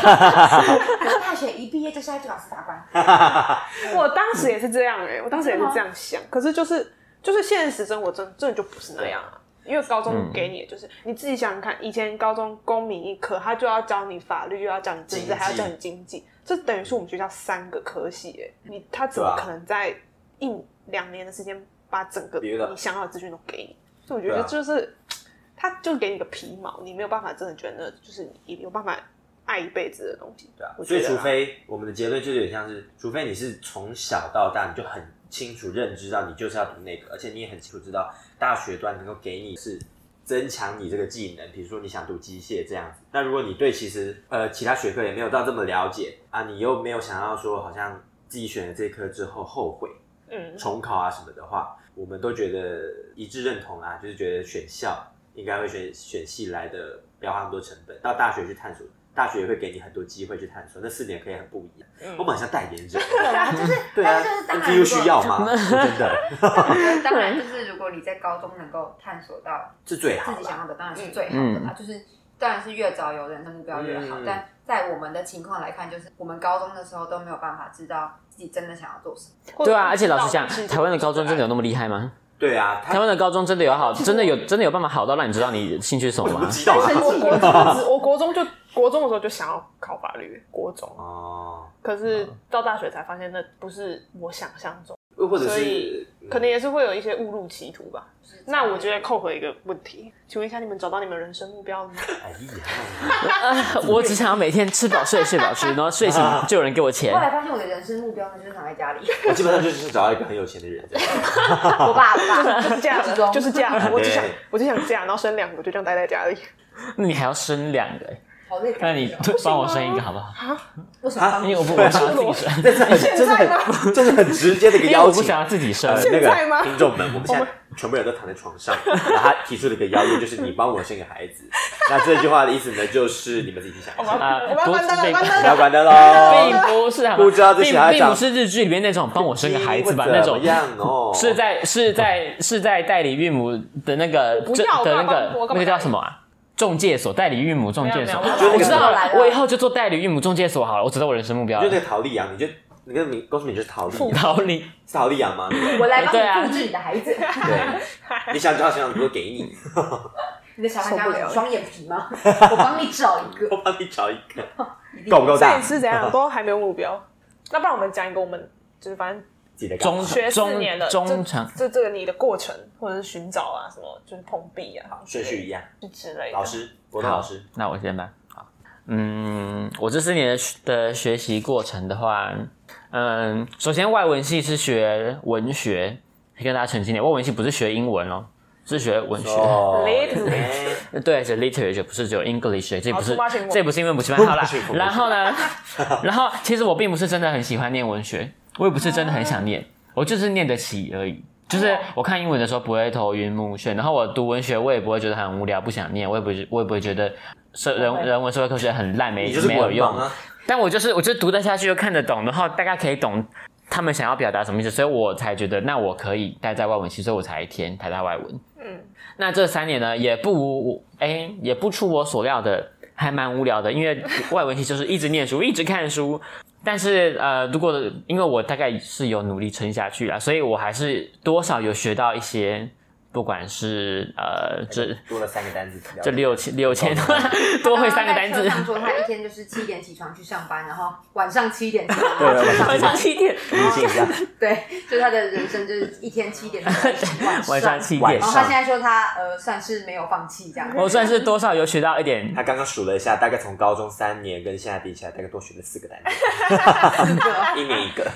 Speaker 5: 然后大学一毕业就是要去老师打官 司，
Speaker 3: 我当时也是这样哎、我当时也是这样
Speaker 2: 嗯
Speaker 3: 想，可是就是就是现实生活真真的就不是那样啊。
Speaker 2: 嗯
Speaker 3: 因为高中给你的就是、你自己想想看，以前高中公民一科，他就要教你法律，又要教你政治，
Speaker 2: 经济
Speaker 3: 还要教你经济，这等于是我们学校三个科系哎、你他怎么
Speaker 2: 对啊
Speaker 3: 可能在一两年的时间把整个
Speaker 2: 比如说
Speaker 3: 你想要的资讯都给你？所以我觉得
Speaker 2: 对啊
Speaker 3: 就是、他就给你个皮毛，你没有办法真的觉得那就是你有办法爱一辈子的东西。
Speaker 2: 对啊
Speaker 3: 我。
Speaker 2: 所
Speaker 3: 觉得
Speaker 2: 以，
Speaker 3: 啊
Speaker 2: 除非我们的结论就有点像是，除非你是从小到大你就很清楚认知到你就是要读那个，而且你也很清楚知道大学端能够给你是增强你这个技能，比如说你想读机械这样子。那如果你对其实呃其他学科也没有到这么了解啊，你又没有想要说好像自己选了这科之后后悔，
Speaker 3: 嗯，
Speaker 2: 重考啊什么的话，我们都觉得一致认同啊，就是觉得选校应该会选选系来的，不要花那么多成本，到大学去探索，大学也会给你很多机会去探索，那四年可以很不一样。
Speaker 3: 嗯
Speaker 2: 我们很像代言人，
Speaker 5: 就是
Speaker 2: 对
Speaker 5: 但
Speaker 2: 啊
Speaker 5: 是就是当然
Speaker 2: ，NTU 需要吗？真的，
Speaker 5: 当然就是如果你在高中能够探索到
Speaker 2: 是最
Speaker 5: 自
Speaker 2: 好
Speaker 5: 己
Speaker 2: 的
Speaker 5: 想。要的，当然是最好的啦。就是当然是越早有人生目标越好
Speaker 2: 嗯，
Speaker 5: 但在我们的情况来看，就是我们高中的时候都没有办法知道自己真的想要做什么。
Speaker 4: 对啊，而且老实
Speaker 3: 讲
Speaker 4: 讲，，台湾的高中真的有那么厉害吗？
Speaker 2: 对啊，
Speaker 4: 台
Speaker 2: 他
Speaker 4: 湾的高中真的有好，真的有真的有办法好到让你知道你兴趣是什 么吗？
Speaker 2: 知道啊
Speaker 3: 我国中就我国中就国中的时候就想要考法律，国中，啊
Speaker 2: 哦，
Speaker 3: 可是
Speaker 4: 嗯
Speaker 3: 到大学才发现那不是我想象中，
Speaker 2: 或者
Speaker 3: 所
Speaker 2: 是嗯
Speaker 3: 以可能也是会有一些误入歧途吧。那我觉得扣回一个问题，请问一下，你们找到你们人生目标了吗？
Speaker 2: 哎呀，
Speaker 4: 我只想要每天吃饱睡，睡饱吃，然后睡醒就有人给我钱
Speaker 5: 后。来发现我的人生目标呢，就是躺在家里。
Speaker 2: 我基本上就是找到一个很有钱的人，这样
Speaker 5: 我爸，我爸
Speaker 3: 就是嫁
Speaker 5: 集
Speaker 3: 了，
Speaker 5: 中
Speaker 3: 就是嫁了。我只想
Speaker 2: 对，
Speaker 3: 我只想嫁，然后生两个，就这样待在家 里。
Speaker 4: 那你还要生两个、欸，
Speaker 5: 好累。
Speaker 4: 那你啊帮我生一个好不好？
Speaker 5: 为什么
Speaker 4: 因为我不我想要自己生，
Speaker 2: 这是很真的很这是很直接的一个
Speaker 4: 因为
Speaker 2: 邀
Speaker 4: 我不
Speaker 2: 请
Speaker 4: 想。要自己生
Speaker 2: 呃。
Speaker 3: 现在吗
Speaker 2: 那个听众们，我们现在全部人都躺在床上，然后他提出了一个邀约，就是你帮我生个孩子。那这句话的意思呢，就是你们自己去想一下，
Speaker 4: 啊，
Speaker 3: 我要
Speaker 4: 不
Speaker 3: 关灯了，关灯
Speaker 2: 不要
Speaker 3: 了。
Speaker 2: 管他喽。
Speaker 4: 并不是，啊
Speaker 2: 不知道这
Speaker 4: 并
Speaker 2: 小孩
Speaker 4: 并
Speaker 2: 长
Speaker 4: 不是日剧里面那种帮我生个孩子吧
Speaker 2: 会
Speaker 4: 那
Speaker 2: 怎
Speaker 4: 种
Speaker 2: 么，样哦，
Speaker 4: 是在是在是在代理孕母的那个
Speaker 3: 不
Speaker 4: 这
Speaker 3: 要
Speaker 4: 的那
Speaker 3: 干嘛
Speaker 4: 个
Speaker 3: 我干嘛啊
Speaker 4: 那个叫什么啊？中介所代理孕母中介所，
Speaker 3: 没有没有
Speaker 5: 我
Speaker 4: 我知道了
Speaker 5: 知道，了
Speaker 4: 我以后就做代理孕母中介所好了，我知道我人生目标
Speaker 2: 你就那
Speaker 4: 了。
Speaker 2: 个陶丽阳，你就你跟明告诉你就是陶丽 阳，
Speaker 4: 逃离
Speaker 2: 是陶丽阳吗？
Speaker 5: 我来
Speaker 4: 对啊
Speaker 5: 帮你复制你的孩子，
Speaker 2: 对，你想知道想想，我给你，
Speaker 5: 你的小孩
Speaker 3: 受
Speaker 5: 哪
Speaker 3: 不了
Speaker 5: 有双眼皮吗？我帮你找一个
Speaker 2: 我。帮你找一个，够不够
Speaker 3: 这
Speaker 2: 大
Speaker 3: 一？次 怎样都还没有目标，那不然我们讲一个我们就是反正
Speaker 2: 记得
Speaker 4: 中
Speaker 3: 学四
Speaker 4: 中
Speaker 3: 年的
Speaker 4: 中长，
Speaker 3: 这这个你的过程或者是寻找啊什么就是碰壁啊
Speaker 2: 顺序一样。
Speaker 3: 之类的。嗯
Speaker 2: 老师，国栋老师，
Speaker 4: 那我先吧。好，嗯，我这四年的学的学习过程的话，嗯，首先外文系是学文学，跟大家澄清点，外文系不是学英文哦，是学文学。
Speaker 2: 哦
Speaker 3: Little
Speaker 2: 哎
Speaker 4: 对，是 literature，不是只有 English，这不
Speaker 3: 好出
Speaker 4: 是
Speaker 3: 发请我
Speaker 4: 这不是因为补习班好啦
Speaker 2: 出发请。我
Speaker 4: 然后呢，然后其实我并不是真的很喜欢念文学，我也不是真的很想念，我就是念得起而已。就是我看英文的时候不会头晕目眩，然后我读文学我也不会觉得很无聊，不想念，我也不我也不会觉得社人人文社会科学很烂没
Speaker 2: 你就是
Speaker 4: 没有
Speaker 2: 文
Speaker 4: 用
Speaker 2: 盲。啊，
Speaker 4: 但我就是我就读得下去又看得懂，然后大概可以懂他们想要表达什么意思，所以我才觉得那我可以待在外文系，所以我才填台大外文。
Speaker 3: 嗯，
Speaker 4: 那这三年呢，也不无哎、也不出我所料的，还蛮无聊的，因为外文系就是一直念书，一直看书。但是呃，如果因为我大概是有努力撑下去啦，所以我还是多少有学到一些，不管是呃这
Speaker 2: 多了三个单字，
Speaker 4: 这六千六千多会三个单
Speaker 5: 他刚刚在
Speaker 4: 字
Speaker 5: 车，上说他一天就是七点起床去上班，然后晚上七点起
Speaker 2: 对
Speaker 5: 床
Speaker 2: 啊晚
Speaker 5: 去
Speaker 2: 上
Speaker 5: 上
Speaker 4: 晚上
Speaker 5: 班。
Speaker 4: 七点，
Speaker 2: 理解一下，
Speaker 5: 对，就是他的人生就是一天七点到
Speaker 4: 晚
Speaker 5: 晚
Speaker 4: 上
Speaker 5: 上。
Speaker 4: 七
Speaker 2: 晚
Speaker 4: 点
Speaker 5: 然。后他现在说他呃算是没有放弃这样，
Speaker 4: 我算是多少有学到一点
Speaker 2: 他刚刚数了一下，大概从高中三年跟现在比起来，大概多学了四个单词， 一年一个，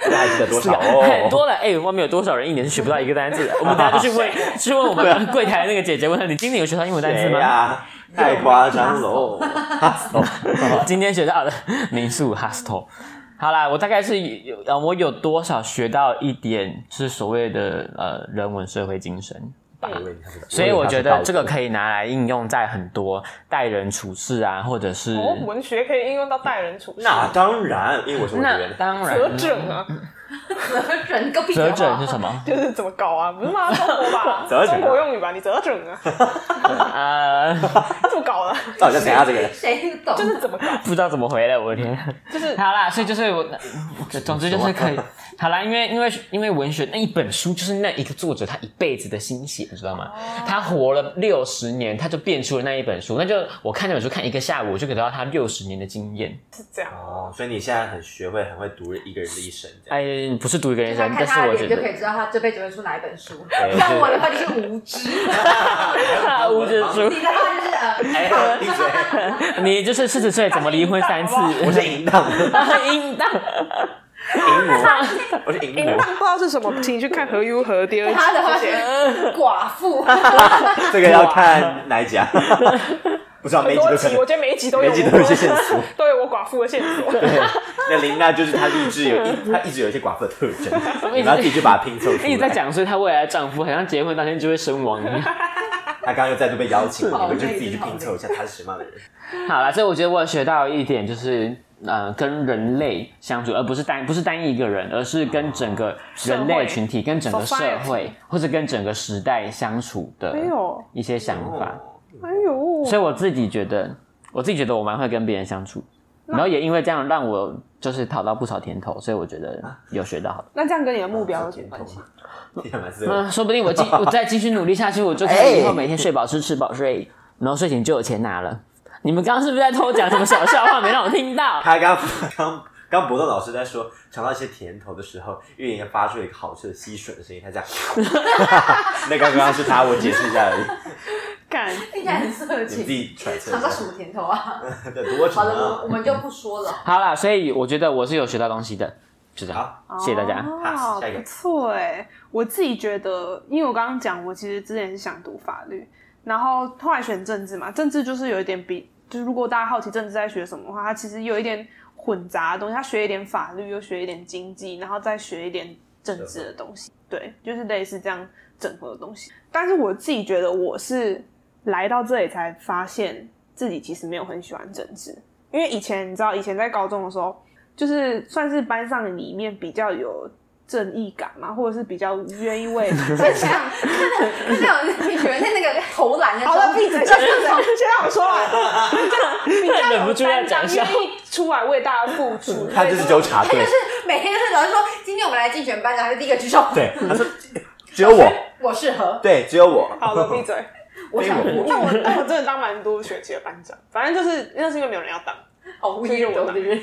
Speaker 2: 这还记得多少
Speaker 4: 很
Speaker 2: 哦？
Speaker 4: 多了。哎、外面有多少人一年是学不到一个单 字的？我们大家就去问，去问我们柜台那个姐姐，问她你今年有学到英文单词
Speaker 2: 谁
Speaker 4: 吗？
Speaker 2: 呀？太夸张喽！
Speaker 4: 今天学到的民宿 hostel。好啦，我大概是有呃我有多少学到一点是所谓的呃人文社会精神， 所以我觉得这个可以拿来应用在很多待人处事啊，或者是
Speaker 3: 哦，文学可以应用到待人处事，啊
Speaker 2: 那当然，因为我是文学
Speaker 4: 那
Speaker 2: 人，
Speaker 4: 当然
Speaker 3: 折整啊，
Speaker 5: 人个屁
Speaker 4: 折整
Speaker 5: 好不好
Speaker 4: 是什么？
Speaker 3: 就是怎么搞啊？不是吗？中国 吧，
Speaker 2: 折整啊
Speaker 3: 中国用语吧，你折整啊，
Speaker 4: 呃，
Speaker 3: 怎么搞的？
Speaker 2: 到底在谁啊？这个人
Speaker 5: 谁懂？
Speaker 3: 就是怎么搞？
Speaker 4: 不知道怎么回来，我的天。
Speaker 3: 就是
Speaker 4: 好啦，所以就是我，总之就是可以。
Speaker 5: 啊
Speaker 4: 好啦，因为因为因为文学那一本书就是那一个作者他一辈子的心血，你知道吗？
Speaker 5: 哦
Speaker 4: 他活了六十年，他就变出了那一本书。那就我看那本书看一个下午，我就给到他六十年的经验。
Speaker 3: 是这样。
Speaker 2: 哦，所以你现在很学会，很会读一个人的一生，这样
Speaker 4: 哎，不是读一个人
Speaker 5: 他
Speaker 4: 生，
Speaker 5: 看
Speaker 4: 但
Speaker 5: 他
Speaker 4: 是
Speaker 5: 的
Speaker 4: 我觉
Speaker 5: 脸就可
Speaker 4: 得
Speaker 5: 以知道他这辈子会出哪一本书。
Speaker 2: 对
Speaker 5: 像我的话就是无知，
Speaker 4: 啊无知 书，
Speaker 5: 你的话就是 呃
Speaker 2: 哎，闭嘴！
Speaker 4: 你就是四十岁怎么离婚 三次？
Speaker 2: 我是淫荡，
Speaker 4: 应当
Speaker 2: 淫 魔，我是淫
Speaker 3: 淫
Speaker 2: 魔
Speaker 3: 荡。不知道是什么，请去看《何 U 何》第二
Speaker 5: 他的话
Speaker 3: 季。谢谢
Speaker 5: 是寡妇，
Speaker 2: 这个要看哪一 集啊？不知道每
Speaker 3: 很
Speaker 2: 一集
Speaker 3: 多
Speaker 2: 都可
Speaker 3: 集，我
Speaker 2: 能，
Speaker 3: 觉得每一集都
Speaker 2: 每
Speaker 3: 有
Speaker 2: 一集都有一些
Speaker 3: 我，
Speaker 2: 线索。
Speaker 3: 都有我寡妇的线索。
Speaker 2: 对， 那琳娜就是她励志有一，她一直有一些寡妇的特征，你们要自己去把它拼凑出
Speaker 4: 一直在
Speaker 2: 来。
Speaker 4: 讲，所以她未来的丈夫好像结婚当天就会身亡一样。
Speaker 2: 她刚刚又再度被邀请，你
Speaker 5: 好
Speaker 2: 们就
Speaker 5: 累
Speaker 2: 自己去
Speaker 5: 好
Speaker 2: 拼凑一下她是什么样的人。
Speaker 4: 好啦，所以我觉得我有学到一点，就是呃，跟人类相处，而不是单不是单一一个人，而是跟整个人类群体、跟整个社
Speaker 3: Society
Speaker 4: 会，或是跟整个时代相处的
Speaker 3: 哎呦，
Speaker 4: 一些想法。
Speaker 2: 哦
Speaker 3: 哎呦，
Speaker 4: 所以我自己觉得，我自己觉得我蛮会跟别人相处，然后也因为这样让我就是讨到不少甜头，所以我觉得有学到 好的。
Speaker 3: 那这样跟你的目标有什么关系？
Speaker 2: 也蛮适合
Speaker 4: 嗯，说不定我继我再继续努力下去，我就可以以后每天睡饱吃吃饱睡，然后睡醒就有钱拿了。你们刚刚是不是在偷讲什么小笑话没让我听到？
Speaker 2: 他刚刚刚博栋老师在说尝到一些甜头的时候，预言发出一个好吃的吸吮的声音，他这样， 那刚刚是他，我解释一下而已，
Speaker 3: 干，
Speaker 5: 听起来很色
Speaker 2: 你们自
Speaker 5: 情。
Speaker 2: 己嗯揣测一
Speaker 5: 尝
Speaker 2: 下
Speaker 5: 到。什么甜头啊？
Speaker 2: 对，读过什
Speaker 5: 好
Speaker 2: 么
Speaker 5: 了，我
Speaker 2: 啊？
Speaker 5: 们就不说了。
Speaker 4: 好啦，所以我觉得我是有学到东西的，就这样。
Speaker 2: 好，
Speaker 4: 谢谢大家。
Speaker 3: 哦
Speaker 2: Pass，下一个
Speaker 3: 不错哎，我自己觉得，因为我刚刚讲，我其实之前是想读法律，然后后来选政治嘛，政治就是有一点比，就是如果大家好奇政治在学什么的话，它其实有一点混杂的东西，它学一点法律，又学一点经济，然后再学一点政治的东西，对，就是类似这样整合的东西。但是我自己觉得，我是来到这里才发现自己其实没有很喜欢政治，因为以前你知道，以前在高中的时候。就是算是班上里面比较有正义感嘛，或者是比较愿意为
Speaker 5: 在想，看到你觉得那个投篮的时候，
Speaker 3: 好了，闭嘴，闭嘴，先让我说完。比较比较
Speaker 4: 忍不
Speaker 3: 有
Speaker 4: 住要
Speaker 3: 担
Speaker 4: 讲
Speaker 3: 当，
Speaker 4: 笑
Speaker 3: 愿意出来为大家付 出。
Speaker 2: 他就是纠察
Speaker 5: 他就
Speaker 2: 队
Speaker 5: 是，每天就是老师说，今天我们来竞选班长，他就第一个举手，
Speaker 2: 对，他说只有我，
Speaker 5: 我适合，
Speaker 2: 对，只有我，
Speaker 3: 好了，闭嘴。
Speaker 5: 我想
Speaker 2: 没
Speaker 5: 我
Speaker 3: 但我但我真的当蛮多学期的班长，反正就是那是因为没有人要当。
Speaker 5: 好无言的人，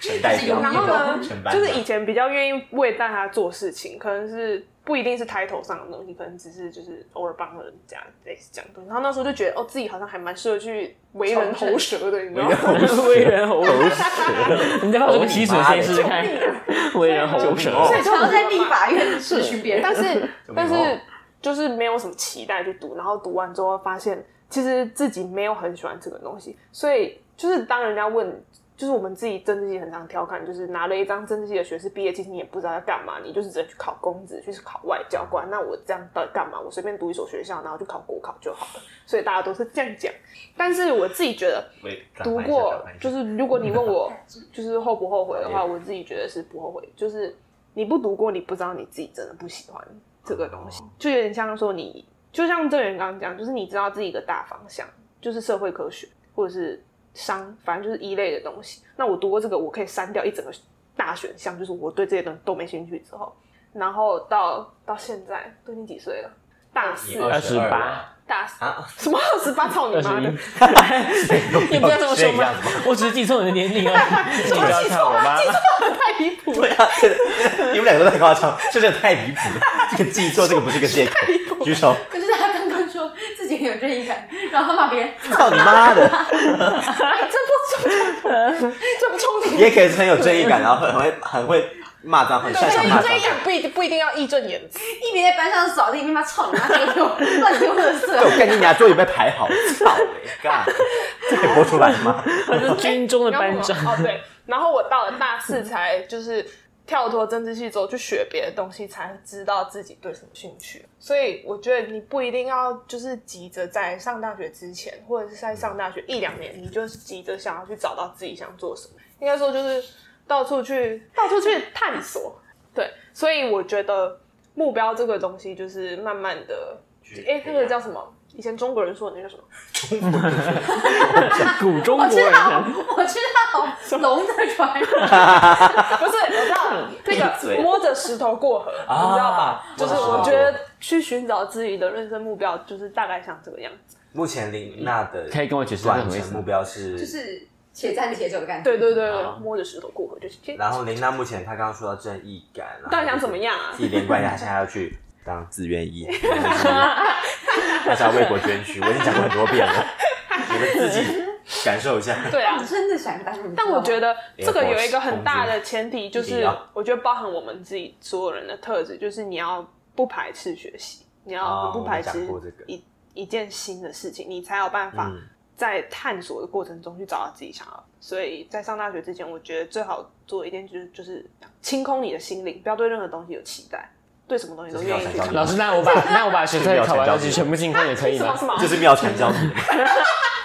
Speaker 2: 陈代
Speaker 5: 就是有
Speaker 2: 表，
Speaker 3: 然后呢
Speaker 2: 陈，班
Speaker 3: 就
Speaker 2: 长
Speaker 3: 是以前比较愿意为大家做事情，可能是不一定是抬头上的东西，可能只是就是偶尔帮人家类似这样的东西。然后那时候就觉得哦，自己好像还蛮适合去为人喉舌的，你知道吗？
Speaker 4: 为人喉舌，你再把这个吸吮先试试看。 为人喉舌，
Speaker 2: 救命
Speaker 5: 想要在立法院质询别人，
Speaker 3: 但是
Speaker 2: 怎么
Speaker 3: 但
Speaker 2: 了
Speaker 3: 是就是没有什么期待去读，然后读完之后发现其实自己没有很喜欢这个东西，所以就是当人家问。就是我们自己政治系很常调侃，就是拿了一张政治系的学士毕业，其实你也不知道要干嘛，你就是直接去考公职，去考外交官。那我这样到底干嘛？我随便读一所学校，然后去考国考就好了。所以大家都是这样讲。但是我自己觉得，
Speaker 2: 喂
Speaker 3: 读
Speaker 2: 转换一下
Speaker 3: 过
Speaker 2: 转换，一下
Speaker 3: 就是如果你 问我，就是后不后悔的话，我自己觉得是不后悔。就是你不读过，你不知道你自己真的不喜欢这个东
Speaker 2: 哦
Speaker 3: 西，就有点像说你，就像郑源刚刚讲，就是你知道自己一个大方向，就是社会科学或者是商，反正就是一类的东西。那我读过这个，我可以删掉一整个大选项，就是我对这些东西都没兴趣之后，然后到到现在都已经几岁了，大四
Speaker 2: 你，
Speaker 4: 二十
Speaker 2: 28
Speaker 4: 八
Speaker 3: 大四
Speaker 2: 啊，
Speaker 3: 什么二十八？操你
Speaker 4: 二
Speaker 3: 妈
Speaker 4: 十
Speaker 3: 的！
Speaker 4: 一，你不要这么说
Speaker 2: 这
Speaker 4: 嘛
Speaker 2: 样！
Speaker 4: 我只是记错你的年龄啊而已，你不要看我 妈。
Speaker 3: 太离谱了。
Speaker 2: 啊你们两个都太夸张，这真的太离谱了。这个记错，这个不是个借口。举手，
Speaker 5: 可是他刚刚说自己很有正义感，然后他把别人
Speaker 2: 操你妈的！
Speaker 3: 这不冲突。
Speaker 2: 也可以是很有正义感，然后很会很会骂脏，很擅长骂脏
Speaker 3: 对，这。也不一定不一定要义正言辞，
Speaker 5: 一边在班上扫地，一边骂操你妈，这个给我乱丢垃
Speaker 2: 对，
Speaker 5: 圾。
Speaker 2: 我跟你讲，桌椅被排好，操你干！这可以播出来吗？
Speaker 4: 他是军中的
Speaker 3: 然后
Speaker 4: 班
Speaker 3: 我
Speaker 4: 长，
Speaker 3: 哦，对，然后我到了大四才就是跳脱政治系之后去学别的东西，才知道自己对什么兴趣。所以我觉得你不一定要就是急着在上大学之前，或者是在上大学一两年，你就是急着想要去找到自己想做什么。应该说就是到处去
Speaker 4: 嗯
Speaker 3: 到处去探索。对，所以我觉得目标这个东西就是慢慢的，哎、那个叫什么？以前中国人说的那个叫什么？
Speaker 4: 古中
Speaker 5: 我
Speaker 4: 国
Speaker 5: 知
Speaker 4: 人
Speaker 5: 道
Speaker 4: 啊。，
Speaker 5: 我知道，龙的传 人，
Speaker 3: 不是，我知道这
Speaker 2: 嘴
Speaker 3: 个摸着石头过河，
Speaker 2: 啊
Speaker 3: 你知道吧？就是
Speaker 2: 摸着石头过
Speaker 3: 我
Speaker 2: 河
Speaker 3: 觉得去寻找自己的人生目标，就是大概像这个样子。
Speaker 2: 目前林娜的
Speaker 4: 可以跟我解释
Speaker 2: 短
Speaker 4: 是什么意
Speaker 2: 程
Speaker 4: 思吗
Speaker 2: 目标是，
Speaker 5: 就是且战且走的感觉。
Speaker 3: 对对对
Speaker 4: 啊，
Speaker 3: 摸着石头过河就是这样。
Speaker 2: 然后林娜目前她刚刚说到正义感，然后
Speaker 3: 到底想怎么样啊
Speaker 2: 自己连贯一下，她现在要去当自愿 役，她是要为国捐躯。我已经讲过很多遍了，你们自己感受一下。
Speaker 3: 对啊
Speaker 5: 我，真的想当，
Speaker 3: 但我觉
Speaker 5: 得
Speaker 3: 得这个有一个很大的前提，就是我觉得包含我们自己所有人的特质，就是你要不排斥学习，你要
Speaker 2: 啊
Speaker 3: 很不排
Speaker 2: 我
Speaker 3: 斥
Speaker 2: 们讲过这个
Speaker 3: 一一件新的事情，你才有办法
Speaker 2: 嗯
Speaker 3: 在探索的过程中去找到自己想要的。所以在上大学之前，我觉得最好做一件就是就是清空你的心灵，不要对任何东西有期待，对什么东西都愿意去
Speaker 2: 这是要想
Speaker 3: 尝
Speaker 2: 到
Speaker 3: 试。
Speaker 4: 老师，那 我把那我把学测考完东西全部进空也可以
Speaker 3: 什么
Speaker 4: 吗
Speaker 3: 什？么？
Speaker 2: 就是妙传教你 的，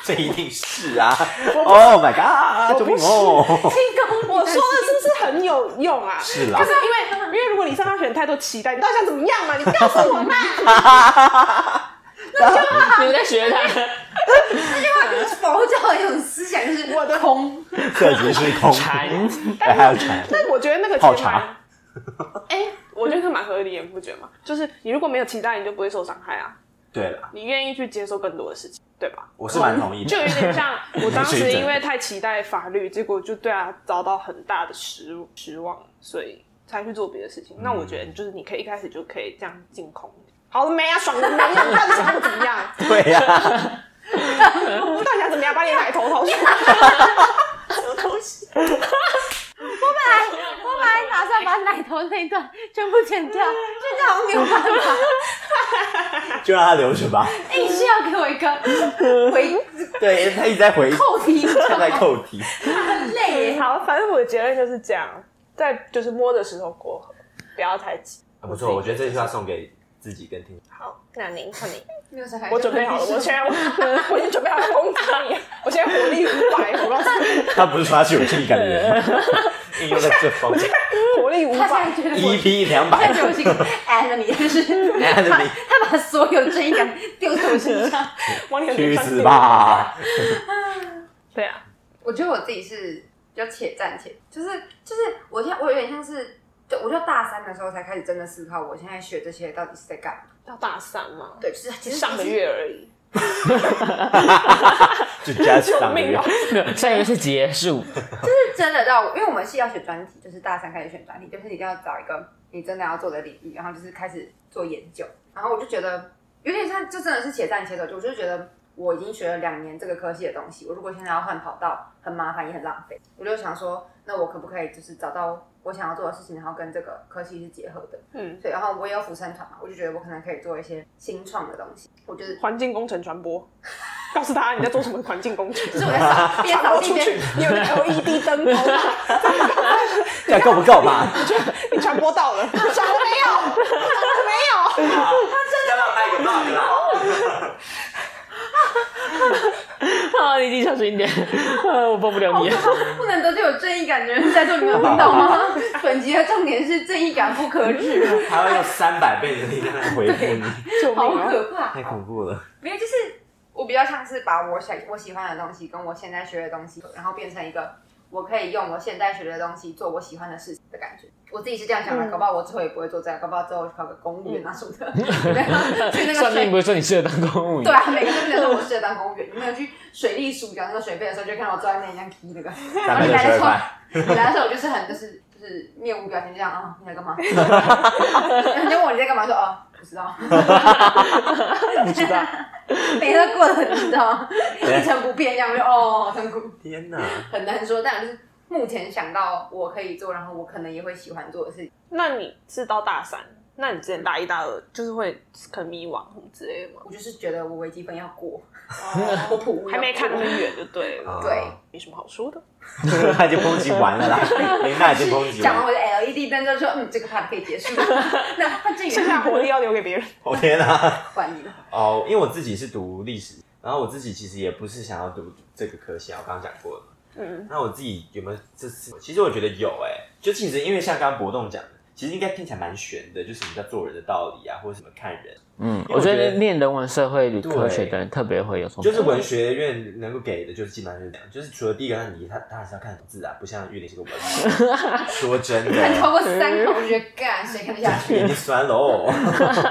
Speaker 2: 这一定是啊！Oh my god！救命哦！
Speaker 3: 我说的是不是很有用啊？
Speaker 2: 是啦
Speaker 3: 就，是因为因为如果你上大学有太多期待，你到底想怎么样嘛？你告 诉我嘛！
Speaker 4: 你们在学他？
Speaker 5: 这句话就是否佛教有种思想就是
Speaker 3: 我的
Speaker 5: 空，
Speaker 6: 这集是 空，
Speaker 4: 蝉
Speaker 6: 哎还有蝉，
Speaker 3: 但我觉得那个其
Speaker 6: 泡
Speaker 3: 实
Speaker 6: 茶
Speaker 3: 蛮，哎、我觉得是蛮合理的，你不觉得吗？就是你如果没有期待，你就不会受伤害啊，
Speaker 2: 对了，
Speaker 3: 你愿意去接受更多的事情，对吧？
Speaker 2: 我是蛮同 意的。
Speaker 3: 就有点像我当
Speaker 6: 你是
Speaker 3: 时
Speaker 6: 一整
Speaker 3: 因为太期待法律，结果就对他遭到很大的失失望，所以才去做别的事情。那我觉得就是你可以一开始就可以这样净空。好了没啊？爽了没啊？到底想我怎么样？
Speaker 2: 对呀、
Speaker 3: 到底想怎么样？把你奶头掏出来？什么东西？
Speaker 5: 我本来打算把奶头那一段全部剪掉，现在好像没有办法，
Speaker 6: 就让它留着 吧。
Speaker 5: 硬是要给我一个回
Speaker 2: 对，他一直在 回，
Speaker 5: 扣题，你知道
Speaker 2: 他在
Speaker 5: 吗？
Speaker 2: 扣题。
Speaker 5: 很累耶。
Speaker 3: 哎好，反正我的结论就是这样，在就是摸的时候过河，不要太急。
Speaker 2: 啊不错，我觉得这句话送给自己跟听众。
Speaker 3: 好，那您看您，
Speaker 5: 没有小孩
Speaker 3: 我准备好了，我现在我我已经准备好了攻击你，我现在火力五 百，我告诉你，
Speaker 6: 他不是说他是有正义感的人吗
Speaker 2: 应用在这方面
Speaker 3: 火力五
Speaker 5: 他
Speaker 3: 百
Speaker 5: 现在。觉得我。
Speaker 2: ，EP 两
Speaker 5: 他
Speaker 2: 百
Speaker 5: 觉得我是一个 enemy，就是他
Speaker 2: Enemy
Speaker 5: 他把所有正义感丢在我身上。
Speaker 3: 往你的
Speaker 6: 去
Speaker 3: 脸上
Speaker 6: 死
Speaker 3: 丢！
Speaker 6: 吧！
Speaker 3: 对啊，
Speaker 5: 我觉得我自己是比较且战且，就是就是我现在我有点像是，就我就大三的时候才开始真的思考，我现在学这些到底是在干嘛？
Speaker 3: 到大三嘛，
Speaker 5: 对，就是其
Speaker 3: 就
Speaker 5: 实
Speaker 3: 上个月而已。
Speaker 6: 就 just
Speaker 3: 救
Speaker 6: 当个
Speaker 3: 命
Speaker 6: 人
Speaker 3: 啊！
Speaker 4: 没有，下一个是结束，
Speaker 5: 是真的到，因为我们是要选专题，就是大三开始选专题，就是你一定要找一个你真的要做的领域，然后就是开始做研究。然后我就觉得有点像，就真的是且战且走，就我就觉得我已经学了两年这个科系的东西，我如果现在要换跑道，很麻烦也很浪费。我就想说，那我可不可以就是找到我想要做的事情，然后跟这个科系是结合的？
Speaker 3: 嗯，
Speaker 5: 对，然后我也有辅生团嘛，我就觉得我可能可以做一些新创的东西。我 就是
Speaker 3: 环境工程传播，告诉他你在做什么环境工程，哦
Speaker 5: 就是我在扫，边
Speaker 3: 传
Speaker 5: 扫
Speaker 3: 播
Speaker 5: 地
Speaker 3: 出去
Speaker 5: 边，
Speaker 3: 你有
Speaker 5: E
Speaker 3: LED 灯头啦，
Speaker 6: 这样够不够 嘛？
Speaker 3: 你传播 到了，啊传播没有？没有？
Speaker 2: 要不要拍个 vlog 啦？
Speaker 4: 啊，你自己小心一点， 啊，我帮不了你。
Speaker 5: 不能得罪有正义感的人在座，你们有听到吗？本集的重点是正义感不可制，
Speaker 2: 还要用三百倍的力量来回复你，
Speaker 3: 救
Speaker 5: 好
Speaker 3: 命啊！
Speaker 5: 可怕。
Speaker 2: 太恐怖了。
Speaker 5: 没有，就是我比较像是把我想我喜欢的东西跟我现在学的东西，然后变成一个我可以用我现在学的东西做我喜欢的事情的感觉。我自己是这样想的，
Speaker 3: 嗯
Speaker 5: 搞不好我之后也不会做这样，搞不好之后考个公务员啊什么的，然后去那个
Speaker 4: 算命
Speaker 5: 水
Speaker 4: 不是说你适合当公务员？
Speaker 5: 对啊，每个都跟你说我适合当公务员。你没有去水利署缴那个水费的时候，就看到我坐在那里一样踢那个。然后你来的时候，你来的时候我就是很就是就是面无表情这样啊、你在干嘛？你就问我你在干嘛，说哦不知道，
Speaker 4: 不知道。
Speaker 5: 每天都过得很你知道吗一成不变这样，我就哦很苦，
Speaker 2: 天哪！
Speaker 5: 很难说。但就是目前想到我可以做，然后我可能也会喜欢做的事情。
Speaker 3: 那你是到大三，那你之前大一大二就是会很迷惘什么之类的吗？
Speaker 5: 我就是觉得我微积分要过，我普物要
Speaker 3: 还没看那
Speaker 5: 过
Speaker 3: 么远就对
Speaker 2: 啊
Speaker 3: 了，
Speaker 5: 对。
Speaker 3: 没什么好说的。
Speaker 6: 他已经抨击完 了啦，林娜已经抨击
Speaker 5: 讲
Speaker 6: 完
Speaker 5: 完
Speaker 6: 了。
Speaker 5: 我的 LED 灯之后说，嗯，这个 part 可以结束。那他这
Speaker 3: 剩下火力要留给别人。
Speaker 6: 我天哪！
Speaker 5: 管你了。
Speaker 2: 哦，因为我自己是读历史，然后我自己其实也不是想要读这个科系啊，我刚刚讲过了。
Speaker 3: 嗯，
Speaker 2: 那我自己有没有这次？其实我觉得有哎、就其实因为像刚刚博栋讲的，其实应该听起来蛮玄的，就什么叫做人的道理啊，或者什么看人，
Speaker 4: 嗯，
Speaker 2: 因为我
Speaker 4: 我
Speaker 2: 觉
Speaker 4: 觉
Speaker 2: 得
Speaker 4: 得念人文社会科学
Speaker 2: 对
Speaker 4: 的人特别会有冲突。
Speaker 2: 就是文学院能够给的，就是基本上就是这样。就是除了第一个，那你他他还是要看字啊，不像玉林是个文盲。说真
Speaker 5: 看超
Speaker 2: 的，
Speaker 5: 过三口，我就觉得干谁看得下去？
Speaker 2: 眼睛酸喽。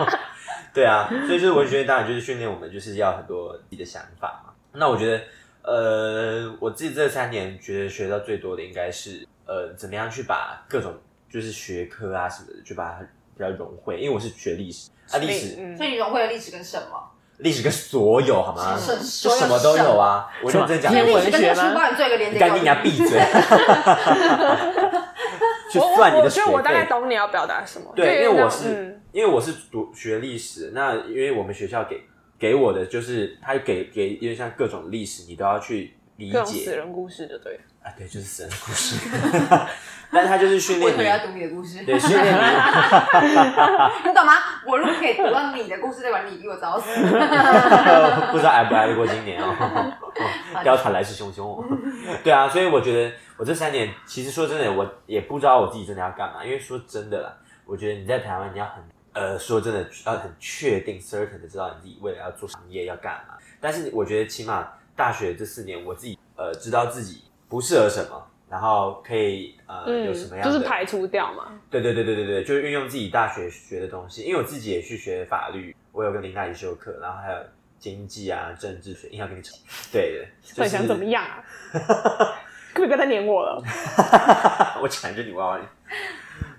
Speaker 2: 对啊，所以就是文学院当然就是训练我们，就是要很多自己的想法嘛。那我觉得，呃，我自己这三年觉得学到最多的应该是，呃，怎么样去把各种就是学科啊什么的，就把它比较融会。因为我是学历史啊， 历史
Speaker 3: 嗯
Speaker 5: 所以你融会了历史跟什么？
Speaker 2: 历史跟所有好吗？
Speaker 5: 是
Speaker 2: 就什么都有啊，我
Speaker 4: 什么
Speaker 2: 认真讲。
Speaker 4: 天
Speaker 5: 历
Speaker 4: 文
Speaker 5: 史跟那个书包，你做一个连
Speaker 2: 你
Speaker 5: 接。
Speaker 2: 赶紧给啊他闭嘴！ 去
Speaker 3: 我
Speaker 2: 算你
Speaker 3: 我
Speaker 2: 的
Speaker 3: 我
Speaker 2: 学
Speaker 3: 觉得我大概
Speaker 2: 费。
Speaker 3: 懂你要表达什么。
Speaker 2: 对，因为
Speaker 3: 那
Speaker 2: 我
Speaker 3: 种
Speaker 2: 是、
Speaker 3: 嗯
Speaker 2: 因为我是读学历史，那因为我们学校给给我的就是他给给，因为像各种历史，你都要去理
Speaker 3: 各种死
Speaker 2: 解
Speaker 3: 人故事就对了。
Speaker 2: 啊，对，就是死人的故事。 但是他就是训
Speaker 5: 我
Speaker 2: 练
Speaker 5: 以后要
Speaker 2: 你，
Speaker 5: 读你的故事，
Speaker 2: 对，训练你，
Speaker 5: 你懂吗？我如果可以读到你的故事，代表你比我早 死。
Speaker 2: 不知道挨不挨得过今年哦，哦貂蝉来势汹汹哦。对啊，所以我觉得我这三年，其实说真的，我也不知道我自己真的要干嘛，因为说真的啦，我觉得你在台湾，你要很呃，说真的，要很确定 certain 的知道你自己未来要做行业要干嘛。但是我觉得起码大学这四年，我自己呃知道自己不适合什么，然后可以呃、有什么样
Speaker 3: 嗯就
Speaker 2: 的
Speaker 3: 是排除掉嘛。
Speaker 2: 对对对对对对，就是运用自己大学学的东西，因为我自己也去学法律，我有跟林大一修课，然后还有经济啊、政治学，硬要跟你吵。对对，就
Speaker 3: 到
Speaker 2: 是
Speaker 3: 底想怎么？样啊？ 可不可以不要再黏我了？
Speaker 2: 我缠着你娃娃脸。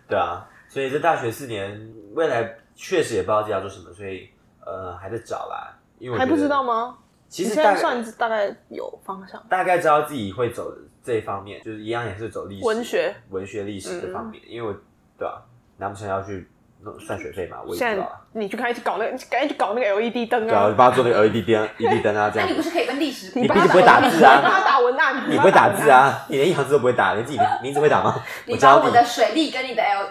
Speaker 2: 对啊，所以这大学四年，未来确实也不知道自己要做什么，所以呃还在找啦，因为我
Speaker 3: 还不
Speaker 2: 觉得
Speaker 3: 知道？吗？
Speaker 2: 其
Speaker 3: 你
Speaker 2: 实
Speaker 3: 现
Speaker 2: 大
Speaker 3: 在
Speaker 2: 概
Speaker 3: 算是大概有方向。
Speaker 2: 大概知道自己会走这一方面，就是一样也是走历史、
Speaker 3: 文学、嗯
Speaker 2: 文学历史这方面，因为我对啊，难不成要去弄算学费嘛？我也不
Speaker 3: 现
Speaker 2: 知道
Speaker 3: 在
Speaker 2: 啊。
Speaker 3: 你去开始搞那个，赶紧去搞那个 LED 灯
Speaker 2: 对啊，我
Speaker 3: 啊
Speaker 2: 就！帮他做那个 LED 灯、LED 灯啊，这
Speaker 5: 那
Speaker 2: 样
Speaker 5: 你不
Speaker 2: 子。
Speaker 5: 是可以跟历史？
Speaker 2: 你
Speaker 3: 帮
Speaker 2: 毕竟不
Speaker 3: 他
Speaker 2: 会打字啊
Speaker 3: 你帮他打文案，
Speaker 2: 你不
Speaker 3: 帮
Speaker 2: 会
Speaker 3: 他
Speaker 2: 打
Speaker 3: 文
Speaker 2: 字
Speaker 3: 案？
Speaker 2: 啊，你连一行字都不会打，连自己名名字会打吗？我
Speaker 5: 你把
Speaker 2: 教
Speaker 5: 我
Speaker 2: 你
Speaker 5: 的，水利跟你的 L，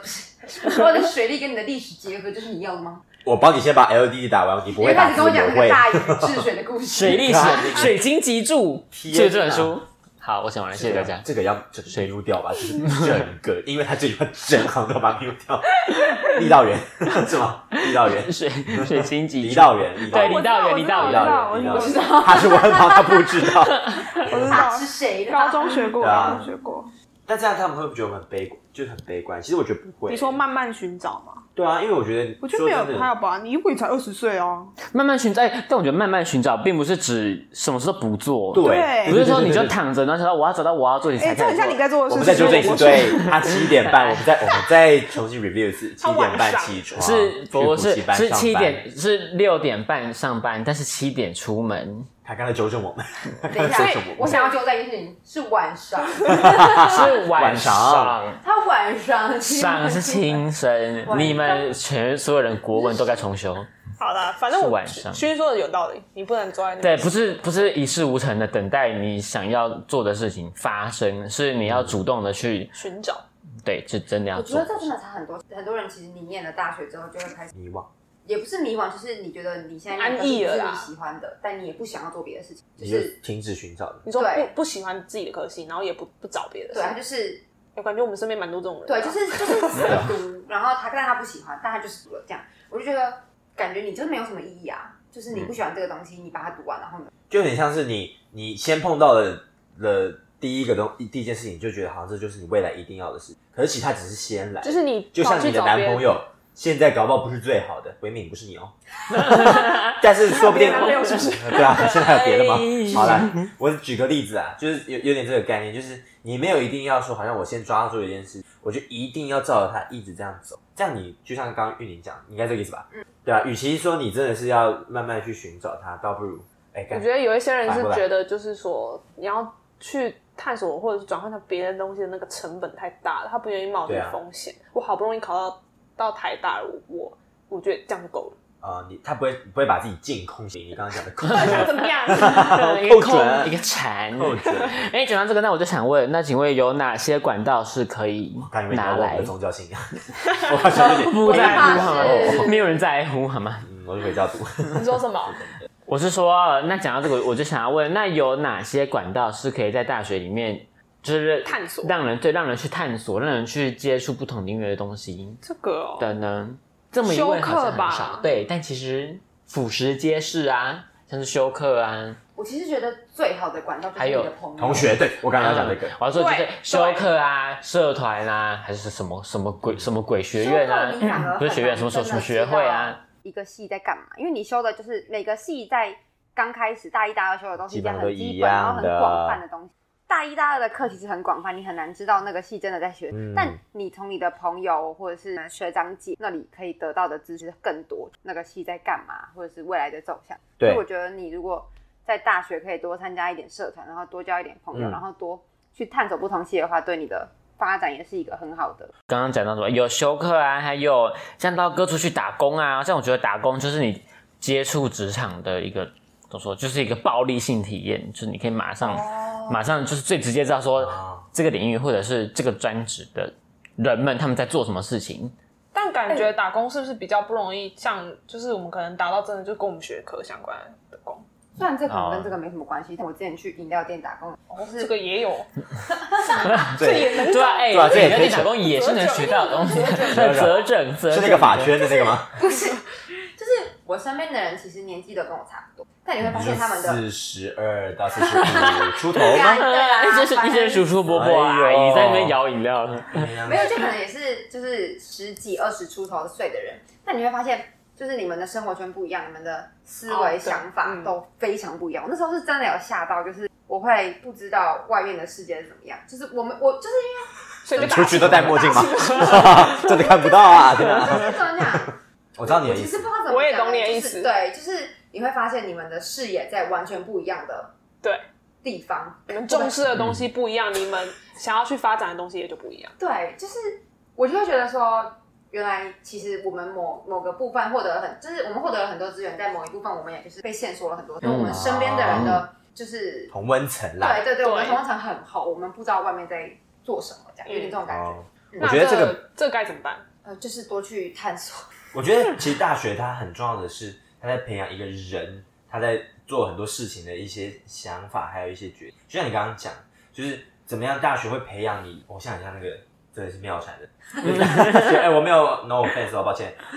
Speaker 5: 不 是把我的水利跟你的历史结合，就是你要的吗？
Speaker 2: 我帮你先把 LED 打完，你不
Speaker 5: 因
Speaker 2: 会
Speaker 5: 为开始
Speaker 2: 打字，
Speaker 5: 跟我
Speaker 2: 我
Speaker 5: 讲那个
Speaker 2: 会。
Speaker 5: 大禹治水的故事，
Speaker 4: 水历 史、水晶集注，
Speaker 2: 天
Speaker 4: 就这本
Speaker 2: 哪
Speaker 4: 书。啊好，我想完了，谢谢大家。
Speaker 2: 这个要整谁撸掉吧，就是整个，因为他这句话整行都把它撸掉。力道员是吗？力道员，
Speaker 4: 水 水晶集
Speaker 2: 李
Speaker 4: 注，
Speaker 2: 道员，李道
Speaker 4: 对，
Speaker 2: 员
Speaker 4: 李，道
Speaker 3: 我知
Speaker 4: 元，李
Speaker 3: 道
Speaker 4: 道
Speaker 2: 李
Speaker 4: 元，
Speaker 2: 道
Speaker 3: 我
Speaker 2: 员，
Speaker 3: 知
Speaker 2: 李
Speaker 3: 道
Speaker 2: 道
Speaker 3: 我知
Speaker 2: 员，他是问他，他不知道。
Speaker 3: 我知
Speaker 5: 他
Speaker 3: 道
Speaker 5: 是，谁的？
Speaker 3: 高中学过，
Speaker 2: 对啊
Speaker 3: 高中学过。
Speaker 2: 但这样他们会不会觉得我很悲，就是很悲观？其实我觉得不会。
Speaker 3: 你说慢慢寻找嘛？
Speaker 2: 对啊，因为我觉得，
Speaker 3: 我觉得没
Speaker 2: 说
Speaker 3: 有
Speaker 2: 真
Speaker 3: 还
Speaker 2: 的
Speaker 3: 有吧，你以为你才二十岁哦？
Speaker 4: 慢慢寻找。哎但我觉得慢慢寻找，并不是指什么事都不做，
Speaker 2: 对，
Speaker 4: 不是说你就
Speaker 2: 对对对对
Speaker 4: 躺着，然后想到我要找到我要做，你才
Speaker 3: 哎，这
Speaker 4: 开
Speaker 3: 很
Speaker 4: 始
Speaker 3: 像你在做
Speaker 4: 做。
Speaker 3: 的事
Speaker 2: 我
Speaker 3: 情。
Speaker 2: 们再纠正一
Speaker 3: 我
Speaker 2: 次，
Speaker 3: 是
Speaker 2: 对，他七点 半，我们再我们再重新 review 一次，七
Speaker 3: 他晚
Speaker 2: 点半
Speaker 3: 上
Speaker 2: 起床，
Speaker 4: 是
Speaker 2: 去
Speaker 4: 不
Speaker 2: 补
Speaker 4: 是
Speaker 2: 习班
Speaker 4: 是
Speaker 2: 上
Speaker 4: 七
Speaker 2: 班
Speaker 4: 点是六点半上班，但是七点出门，
Speaker 2: 他刚才纠正我们，他
Speaker 5: 等
Speaker 2: 刚
Speaker 5: 一
Speaker 2: 才
Speaker 5: 下
Speaker 2: 纠正，
Speaker 5: 我
Speaker 2: 们。
Speaker 5: 想要纠正一件事情，是晚上，
Speaker 4: 是晚
Speaker 2: 晚上
Speaker 5: 他晚上
Speaker 4: 上是轻声，
Speaker 5: 晚上
Speaker 4: 你们全所有人国文都该重修。
Speaker 3: 好啦，反正
Speaker 4: 是
Speaker 3: 我
Speaker 4: 晚上
Speaker 3: 其实说的有道理，你不能坐在那边
Speaker 4: 对，不是不是一事无成的等待你想要做的事情发生，是你要主动的去，
Speaker 3: 寻找。
Speaker 4: 对，是真的要
Speaker 5: 我觉
Speaker 4: 做
Speaker 5: 得。这真的差很多，很多人其实你念了大学之后就会开始，
Speaker 2: 迷惘，
Speaker 5: 也不是迷惘，就是你觉得你现在
Speaker 3: 安逸了啦
Speaker 5: 不是你喜欢的，但你也不想要做别的事情，就
Speaker 2: 你就是停止寻找的。
Speaker 3: 你说
Speaker 5: 对
Speaker 3: 不不喜欢自己的科系，然后也不不找别的事
Speaker 5: 对，他就是
Speaker 3: 我感觉我们身边蛮多这种人的。
Speaker 5: 对，就是就是只读，然后他但他不喜欢，但他就是读了这样，我就觉得感觉你就是没有什么意义啊，就是
Speaker 2: 嗯
Speaker 5: 你不喜欢这个东西，你把它读完，然后呢，
Speaker 2: 就很像是你你先碰到了了第一个东第一件事情，你就觉得好像这就是你未来一定要的事，可是其实他只是先来，
Speaker 3: 就是你
Speaker 2: 就像
Speaker 3: 哦跑去
Speaker 2: 你的
Speaker 3: 找
Speaker 2: 男
Speaker 3: 别人
Speaker 2: 朋友。现在搞不好不是最好的，维敏不是你 哦，但是说不定
Speaker 3: 还有别的男朋友是不
Speaker 2: 对啊，现在还有别的吗
Speaker 4: 哎？
Speaker 2: 好啦，我举个例子啊，就是有有点这个概念，就是你没有一定要说，好像我先抓住一件事，我就一定要照着它一直这样走，这样你就像刚刚玉宁讲，你应该这个意思
Speaker 3: 嗯
Speaker 2: 吧？对啊，与其说你真的是要慢慢去寻找它，倒不如哎，
Speaker 3: 我
Speaker 2: 感
Speaker 3: 觉得有一些人是觉得，就是说你要去探索或者是转换到别的东西的那个成本太大了，他不愿意冒这
Speaker 2: 对
Speaker 3: 个
Speaker 2: 啊
Speaker 3: 风险。我好不容易考到到台大了，我我觉得这样就够了。
Speaker 2: 啊、你他不会不会把自己净空心，你刚刚讲的空
Speaker 3: 到底 想怎么样？
Speaker 4: 一个
Speaker 2: 扣准
Speaker 4: 空，一个馋。
Speaker 2: 扣准，
Speaker 4: 哎，讲到这个，那我就想问，那请问有哪些管道是可以
Speaker 2: 我刚以为你要
Speaker 4: 拿
Speaker 2: 问我
Speaker 4: 来
Speaker 2: 的？宗教信仰， 我好像有点，
Speaker 4: 不在乎好
Speaker 5: 我怕
Speaker 4: 吗？
Speaker 5: 是
Speaker 4: 没有人在乎好吗？
Speaker 2: 哦嗯，我是回教徒，
Speaker 3: 你说什么？
Speaker 4: 我是说，那讲到这个，我就想要问，那有哪些管道是可以在大学里面，就是
Speaker 3: 探索
Speaker 4: 让人对让人去探索，让人去接触不同领域的东西
Speaker 3: 这个哦，
Speaker 4: 的呢？这么一问好像
Speaker 3: 修课吧
Speaker 4: 很少，对，但其实俯拾皆是啊，像是修课啊，
Speaker 5: 我其实觉得最好的管道就是
Speaker 4: 还
Speaker 5: 你
Speaker 4: 有
Speaker 5: 的朋友
Speaker 2: 同学，对我刚刚要讲这个
Speaker 4: 嗯，我要说就
Speaker 3: 对
Speaker 4: 是修课啊、社团啊，还是什么什么鬼什么鬼学院啊
Speaker 5: 修课你反而很，难
Speaker 4: 不是学院，什么什么什么学会啊，
Speaker 5: 一个系在干嘛？因为你修的就是每个系在刚开始大一、大二修的东西，
Speaker 2: 基
Speaker 5: 这
Speaker 2: 本上
Speaker 5: 很
Speaker 2: 都一
Speaker 5: 基本，
Speaker 2: 样
Speaker 5: 然后很
Speaker 2: 的
Speaker 5: 广泛的
Speaker 4: 嗯
Speaker 5: 东西。大一、大二的课其实很广泛，你很难知道那个系真的在学。
Speaker 2: 嗯
Speaker 5: 但你从你的朋友或者是学长姐那里可以得到的知识更多，那个系在干嘛，或者是未来的走向。所以我
Speaker 2: 对，
Speaker 5: 觉得你如果在大学可以多参加一点社团，然后多交一点朋友，
Speaker 2: 嗯
Speaker 5: 然后多去探索不同系的话，对你的发展也是一个很好的。
Speaker 4: 刚刚讲到什么有修课啊，还有像到各处去打工啊，像我觉得打工就是你接触职场的一个怎么说，就是一个暴力性体验，就是你可以马上、马上就是最直接知道说
Speaker 2: 哦
Speaker 4: 这个领域或者是这个专职的人们他们在做什么事情。
Speaker 3: 但感觉打工是不是比较不容易？像就是我们可能达到真的就跟我们学科相关的工，
Speaker 5: 虽然这可能
Speaker 4: 好啊
Speaker 5: 跟这个没什么关系，但我之前去饮料店打工，就是
Speaker 3: 这个也有，
Speaker 2: 对
Speaker 3: 这也能
Speaker 4: 对啊，哎、
Speaker 2: 对啊这也可以
Speaker 4: 你打工也是能学到的东西，责整责
Speaker 2: 是
Speaker 4: 整
Speaker 2: 那个法圈的那个吗？
Speaker 5: 就是我身边的人其实年纪都跟我差不多，但你会发现他们的
Speaker 2: 四十二到四十五出头
Speaker 5: 对啊
Speaker 2: 吗？
Speaker 5: 对啊，
Speaker 4: 一些
Speaker 5: 反
Speaker 4: 一
Speaker 5: 正
Speaker 4: 些叔叔伯伯啊
Speaker 2: 哎
Speaker 4: 阿
Speaker 2: 呦
Speaker 4: 姨在那边摇饮料，
Speaker 5: 没有，就可能也是就是十几二十出头岁的人，那你会发现，就是你们的生活圈不一样，你们的思
Speaker 3: 哦
Speaker 5: 维
Speaker 3: 对
Speaker 5: 想法
Speaker 3: 嗯
Speaker 5: 都非常不一样。我那时候是真的有吓到，就是我会不知道外面的世界是怎么样，就是我们我就是
Speaker 3: 所以就
Speaker 2: 出去都戴墨镜吗
Speaker 3: 打啊起来？
Speaker 2: 真的看不到啊！真
Speaker 5: 因为
Speaker 2: 的，
Speaker 5: 就是怎么讲，
Speaker 2: 我知道你
Speaker 5: 我
Speaker 2: 的
Speaker 5: 其
Speaker 2: 意
Speaker 5: 实
Speaker 2: 思
Speaker 5: 不知。道怎么讲，
Speaker 3: 我也懂你
Speaker 5: 就
Speaker 3: 的
Speaker 5: 是
Speaker 3: 意思
Speaker 5: 对，就是你会发现你们的视野在完全不一样的
Speaker 3: 对
Speaker 5: 地方，
Speaker 3: 你们重视的东西不一样，你们想要去发展的东西也就不一样。
Speaker 5: 对，就是我就会觉得说，原来其实我们某某个部分获得了很，就是我们获得了很多资源，在某一部分我们也就是被限缩了很多，所以我们身边的人的就是、
Speaker 2: 同温层啦，
Speaker 5: 对对对，
Speaker 3: 对
Speaker 5: 我们同层很厚，我们不知道外面在做什么，这样有点这种感觉。
Speaker 2: 哦
Speaker 5: 嗯
Speaker 2: 我觉得
Speaker 3: 那
Speaker 2: 这个
Speaker 3: 这这该怎么办？
Speaker 5: 呃，就是多去探索，
Speaker 2: 我觉得其实大学它很重要的是，它在培养一个人，他在做很多事情的一些想法，还有一些决定。就像你刚刚讲，就是怎么样大学会培养你。我想一下那个，真的是妙产 的。就是哎、我没有，no offense，哦抱歉。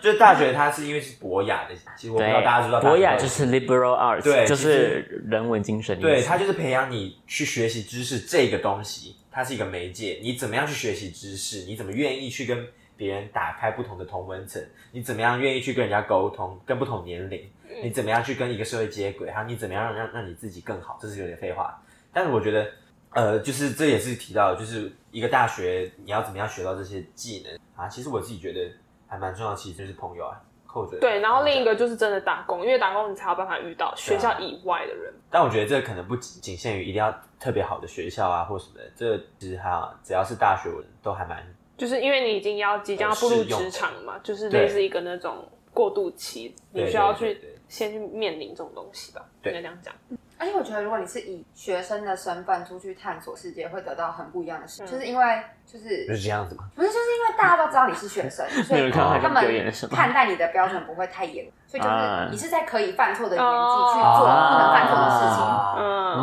Speaker 2: 就是大学它是因为是博雅的，其实我不知道大家知不知道大学
Speaker 4: 博雅
Speaker 2: 到底
Speaker 4: 就是 liberal arts，
Speaker 2: 对
Speaker 4: 就
Speaker 2: 其实
Speaker 4: 是人文精神的意
Speaker 2: 对，
Speaker 4: 思。
Speaker 2: 它就是培养你去学习知识这个东西，它是一个媒介。你怎么样去学习知识？你怎么愿意去跟别人打开不同的同文层？你怎么样愿意去跟人家沟通？跟不同年龄，
Speaker 3: 嗯
Speaker 2: 你怎么样去跟一个社会接轨？还有你怎么样让让你自己更好？这是有点废话，但是我觉得，呃，就是这也是提到的，就是一个大学你要怎么样学到这些技能啊？其实我自己觉得还蛮重要，其实就是朋友啊，扣着
Speaker 3: 对，然后另一
Speaker 2: 个，
Speaker 3: 个就是真的打工，因为打工你才有办法遇到学
Speaker 2: 啊
Speaker 3: 校以外的人。
Speaker 2: 但我觉得这可能不仅仅限于一定要特别好的学校啊或什么的，这其实还好只要是大学，我都还蛮
Speaker 3: 就是因为你已经要即将要步入职场嘛，就是类似一个那种过渡期，
Speaker 2: 对
Speaker 3: 你需要
Speaker 2: 对对
Speaker 3: 去
Speaker 2: 对对
Speaker 3: 先去面临这种东西吧，
Speaker 2: 对
Speaker 3: 应该这样讲。
Speaker 5: 而且我觉得如果你是以学生的身份出去探索世界，会得到很不一样的事，
Speaker 3: 嗯
Speaker 5: 就是因为就是
Speaker 2: 就是这样子嘛。
Speaker 5: 不是，就是因为大家都知道你是学 生，所
Speaker 4: 没有
Speaker 5: 以
Speaker 4: 看到他
Speaker 5: 他
Speaker 4: 刚表演了
Speaker 5: 们
Speaker 4: 什么
Speaker 5: 看待你的标准不会太严，所以就是
Speaker 4: 啊
Speaker 5: 你是在可以犯错的年纪去
Speaker 3: 哦
Speaker 5: 做不能犯错的事
Speaker 4: 哦
Speaker 5: 情。
Speaker 2: 啊，
Speaker 3: 嗯，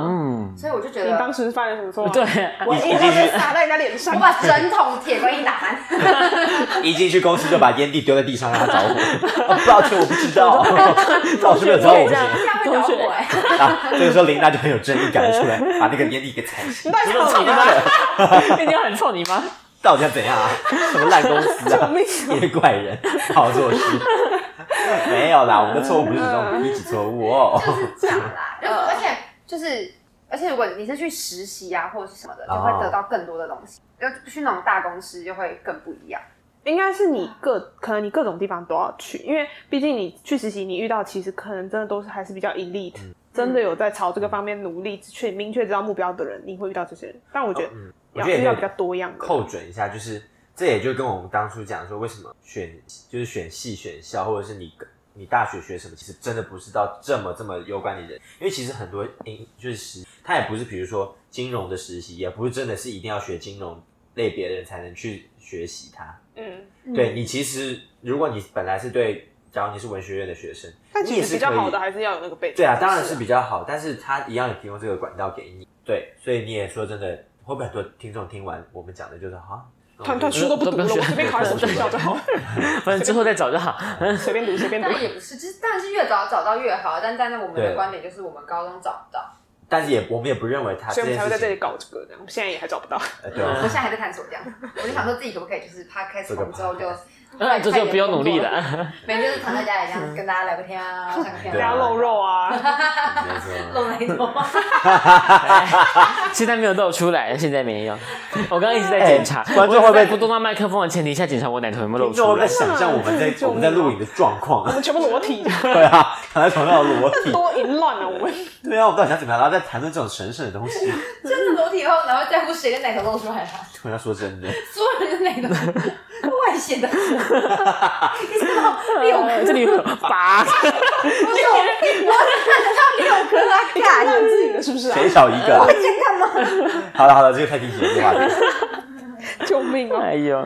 Speaker 4: 嗯，
Speaker 5: 所以我就觉
Speaker 3: 你当
Speaker 5: 得，
Speaker 3: 时是犯了什么错啊？
Speaker 4: 对，
Speaker 3: 我一定是撒在人家脸上
Speaker 5: 我。把整桶铁观音打翻，
Speaker 2: 一进去公司就把烟蒂丢在地上让它着火。 啊抱歉，我不知道，老师没有
Speaker 4: 同
Speaker 2: 教我
Speaker 4: 学这
Speaker 2: 们
Speaker 4: 样
Speaker 5: 这样会
Speaker 4: 同
Speaker 5: 着
Speaker 4: 学
Speaker 5: 火哎。
Speaker 2: 啊。这个时候琳达就很有正义感出来，把那个烟蒂给踩熄。
Speaker 3: 那
Speaker 4: 我操你妈 的！那天很臭你妈，
Speaker 2: 到底要怎样啊？什么烂公司啊？一些怪人，好好做事。 没有啦，我们的错误不是这种一起错误 哦。
Speaker 5: 这样啦。然呃后而且就是，而且如果你是去实习啊或者是什么的，就
Speaker 4: 哦
Speaker 5: 会得到更多的东西。要去那种大公司就会更不一样。
Speaker 3: 应该是你各可能你各种地方都要去，因为毕竟你去实习，你遇到其实可能真的都是还是比较 elite，、真的
Speaker 2: 嗯
Speaker 3: 有在朝这个方面努力，去明确知道目标的人，你会遇到这些人。但我觉得
Speaker 2: 哦我
Speaker 3: 要
Speaker 2: 觉得也
Speaker 3: 遇到
Speaker 2: 可
Speaker 3: 比较
Speaker 2: 以
Speaker 3: 多样的人，
Speaker 2: 扣准一下，就是这也就跟我们当初讲说，为什么选就是选系选校，或者是你你大学学什么，其实真的不是到这么这么攸关你人，因为其实很多因就是实，它也不是比如说金融的实习，也不是真的是一定要学金融类别的人才能去学习它。
Speaker 3: 嗯，
Speaker 2: 对你其实如果你本来是对，假如你是文学院的学生，
Speaker 3: 但
Speaker 2: 你
Speaker 3: 其
Speaker 2: 也
Speaker 3: 实
Speaker 2: 是
Speaker 3: 比较
Speaker 2: 可以
Speaker 3: 好的还是要有那个背景。
Speaker 2: 对啊，当然
Speaker 3: 是
Speaker 2: 是比较好，但是他一样也提供这个管道给你。对，所以你也说真的，会不会很多听众听完我们讲的就是哈，那我
Speaker 3: 团
Speaker 2: 就
Speaker 3: 团书都不读了，
Speaker 4: 都不
Speaker 3: 我
Speaker 4: 用
Speaker 3: 随便考什么学校就好，
Speaker 4: 反正之后再找就好。
Speaker 3: 随便读随便读
Speaker 5: 但。也不是，就是当然是越早找到越好。啊但站在我们的
Speaker 2: 对
Speaker 5: 观点，就是我们高中找不到，
Speaker 2: 但是也我们也不认为他
Speaker 3: 所
Speaker 2: 这
Speaker 3: 以我
Speaker 2: 件事
Speaker 3: 们才会在这里
Speaker 2: 情，
Speaker 3: 搞这个，这样我们现在也还找不到。
Speaker 2: 呃对
Speaker 5: 我
Speaker 2: 啊，
Speaker 5: 现在还在探索这样。我就想说自己可不可以就是 podcast
Speaker 2: 这个
Speaker 5: 红之后就
Speaker 2: podcast。
Speaker 4: 那这就不用努力了。
Speaker 5: 每天就是躺在家里这样跟大家聊个天啊，上个天
Speaker 3: 大
Speaker 2: 对
Speaker 3: 家
Speaker 2: 啊
Speaker 3: 露肉啊，
Speaker 2: 没错
Speaker 5: 露奶头，
Speaker 4: 现在没有露出来，现在没有。我刚刚一直在检查，
Speaker 2: 哎观众会不会
Speaker 4: 我在不动到麦克风的前提下检查我奶头有没有露
Speaker 2: 听众
Speaker 4: 出
Speaker 2: 会不会
Speaker 4: 来？
Speaker 2: 想象我们在
Speaker 3: 救 命啊
Speaker 2: 我们在录影的状况
Speaker 3: 我
Speaker 2: 啊？
Speaker 3: 们全部裸体，
Speaker 2: 对啊，躺在床上裸 体，
Speaker 3: 多淫乱啊！我们
Speaker 2: 对啊，我们到底想怎么样？然后在谈论这种神圣的东 西，
Speaker 5: 真的裸体后，然后在乎谁的奶头露出来了？
Speaker 2: 我要说真的，
Speaker 5: 所有人的奶头都外显的， 你知道六颗，
Speaker 4: 这里 有拔，
Speaker 5: 不是我，我看到六颗啊，
Speaker 3: 看到
Speaker 5: 干
Speaker 3: 你自己的是不是啊？
Speaker 2: 谁少一 个啊？
Speaker 5: 这干嘛？
Speaker 2: 好了好了，这个太低级了，这个话题。
Speaker 3: 救命啊！
Speaker 4: 哎呦。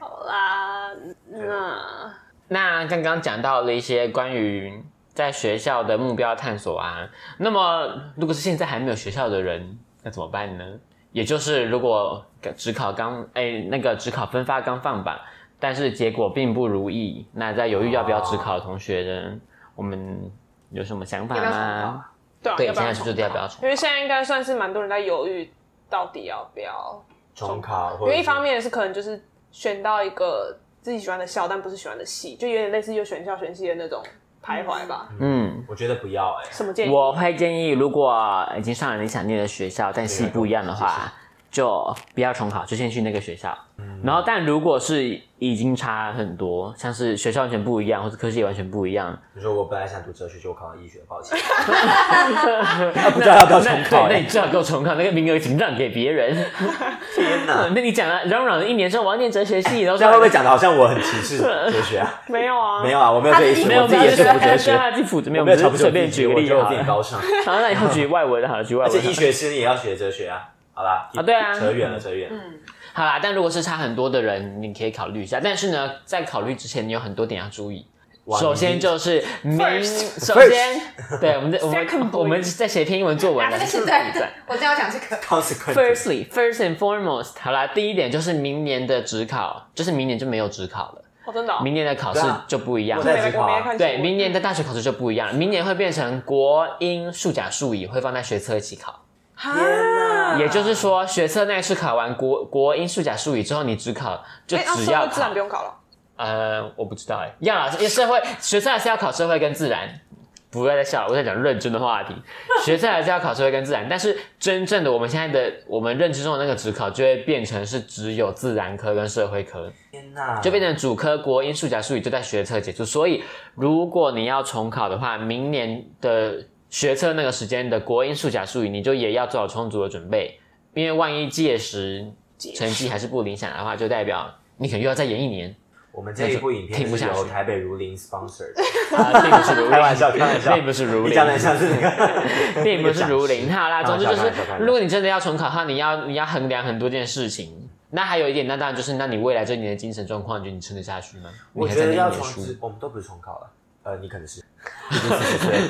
Speaker 3: 好啦，那
Speaker 4: 那刚刚讲到了一些关于在学校的目标探索啊，那么如果是现在还没有学校的人，那怎么哎办呢？也就是如果只考刚哎那个只考分发刚放榜，但是结果并不如意。那在犹豫要不要只考的同学呢，我们有什么想法
Speaker 5: 要不要重考
Speaker 4: 吗？
Speaker 5: 啊？
Speaker 3: 对啊，
Speaker 4: 对，
Speaker 3: 要
Speaker 4: 现
Speaker 3: 不
Speaker 4: 在
Speaker 3: 要
Speaker 4: 就是
Speaker 3: 重
Speaker 4: 要不
Speaker 3: 考？
Speaker 4: 要重
Speaker 3: 因为现在应该算是蛮多人在犹豫，到底要不要
Speaker 2: 重考，
Speaker 3: 因为一方面是可能就是选到一个自己喜欢的校，但不是喜欢的系，就有点类似又选校选系的那种徘徊吧。
Speaker 4: 嗯，
Speaker 2: 我觉得不要哎、
Speaker 3: 什么建议？
Speaker 4: 我会建议，如果已经上了你想念的学校，但系不一样的话，就不要重考，就先去那个学校。
Speaker 2: 嗯
Speaker 4: 然后，但如果是已经差很多，像是学校完全不一样，或者科系也完全不 一样，
Speaker 2: 你说我本来想读哲学，就考了医学，抱 歉。
Speaker 4: 不
Speaker 2: 知道要不要重考欸
Speaker 4: 那那你至少给我重考，那个名额请让给别人。
Speaker 2: 天哪，
Speaker 4: 那你讲了嚷嚷了一年之后，我要念哲学系，然后哎
Speaker 2: 这样会不会讲的好像我很歧视哲学 啊？
Speaker 3: 没有啊，
Speaker 2: 没有啊，我没有这意思，
Speaker 4: 没有
Speaker 2: 我自己也是读哲
Speaker 4: 对
Speaker 2: 学，
Speaker 4: 啊，基础没有，
Speaker 2: 我没
Speaker 4: 我
Speaker 2: 有
Speaker 4: 们
Speaker 2: 瞧不
Speaker 4: 只
Speaker 2: 起我
Speaker 4: 是随
Speaker 2: 自
Speaker 4: 便
Speaker 2: 己，
Speaker 4: 举个
Speaker 2: 我
Speaker 4: 例
Speaker 2: 觉得我自己
Speaker 4: 好
Speaker 2: 很
Speaker 4: 了。
Speaker 2: 高尚。
Speaker 4: 好，那以后举外文好了，举外
Speaker 2: 而且
Speaker 4: 文好
Speaker 2: 医
Speaker 4: 了。
Speaker 2: 学师也要学哲学啊，好啦，
Speaker 4: 啊对啊
Speaker 2: 扯远了，扯远了。
Speaker 4: 好啦，但如果是差很多的人，你可以考虑一下。但是呢，在考虑之前，你有很多点要注意。
Speaker 2: 哇
Speaker 4: 首先就是名，
Speaker 3: First
Speaker 4: 首先，对我们在我们
Speaker 3: Secondly
Speaker 4: 我们在写拼英文作文
Speaker 5: 啊，
Speaker 4: 呢
Speaker 5: 这个
Speaker 4: 就是
Speaker 5: 是
Speaker 4: 比
Speaker 5: 对
Speaker 4: 赛。，
Speaker 5: 我正要讲这个。
Speaker 2: consequence
Speaker 4: Firstly, first and foremost，好啦，第一点就是明年的职考，就是明年就没有职考了，
Speaker 3: 我真的哦、
Speaker 4: 明年的考试
Speaker 2: 对啊
Speaker 4: 就不一样
Speaker 2: 我
Speaker 4: 了。
Speaker 3: 没
Speaker 2: 在
Speaker 3: 来
Speaker 2: 职
Speaker 3: 过
Speaker 2: 考啊
Speaker 3: 没来看新
Speaker 4: 对，
Speaker 3: 闻
Speaker 4: 明年的大学考试就不一样，明年会变成国英数甲数乙会放在学测一起考，
Speaker 3: 啊
Speaker 4: 也就是说学测那一次考完国国英数甲数乙之后，你只考就
Speaker 3: 哎，
Speaker 2: 哦
Speaker 3: 那
Speaker 4: 只
Speaker 3: 社
Speaker 4: 要
Speaker 3: 会自
Speaker 4: 考
Speaker 3: 然不用考了。
Speaker 4: 呃，我不知道哎、要啦，因为社会学测还是要考社会跟自然。不要再笑了，我在讲认真的话题。学测还是要考社会跟自然，但是真正的我们现在的我们认知中的那个职考，就会变成是只有自然科跟社会科，
Speaker 2: 天哪，
Speaker 4: 就变成主科国英数甲数语就在学测结束。所以如果你要重考的话，明年的学测那个时间的国英数甲数语，你就也要做好充足的准备，因为万一届时成绩还是不理想的话，就代表你可能又要再延一年。
Speaker 2: 我们这一部影片
Speaker 4: 听不
Speaker 2: 是
Speaker 4: 下去
Speaker 2: 由台北如林 sponsor，
Speaker 4: 啊，并不是如林，
Speaker 2: 开玩笑开玩笑
Speaker 4: 并不是如
Speaker 2: 你
Speaker 4: 林，
Speaker 2: 讲的像是那个，
Speaker 4: 并不是如林。
Speaker 2: 那个讲师
Speaker 4: 好啦，
Speaker 2: 开
Speaker 4: 总
Speaker 2: 玩
Speaker 4: 之
Speaker 2: 笑
Speaker 4: 就是
Speaker 2: 开玩笑开玩，笑
Speaker 4: 如果你真的要重考的话，你要你要衡量很多件事情。那还有一点，那当然就是，那你未来这一年的精神状况，你觉得你撑得下去吗？
Speaker 2: 我
Speaker 4: 你还
Speaker 2: 觉
Speaker 4: 在
Speaker 2: 得
Speaker 4: 念
Speaker 2: 要
Speaker 4: 一
Speaker 2: 重
Speaker 4: 年书，
Speaker 2: 考，我们都不是重考了，呃，你可 能是，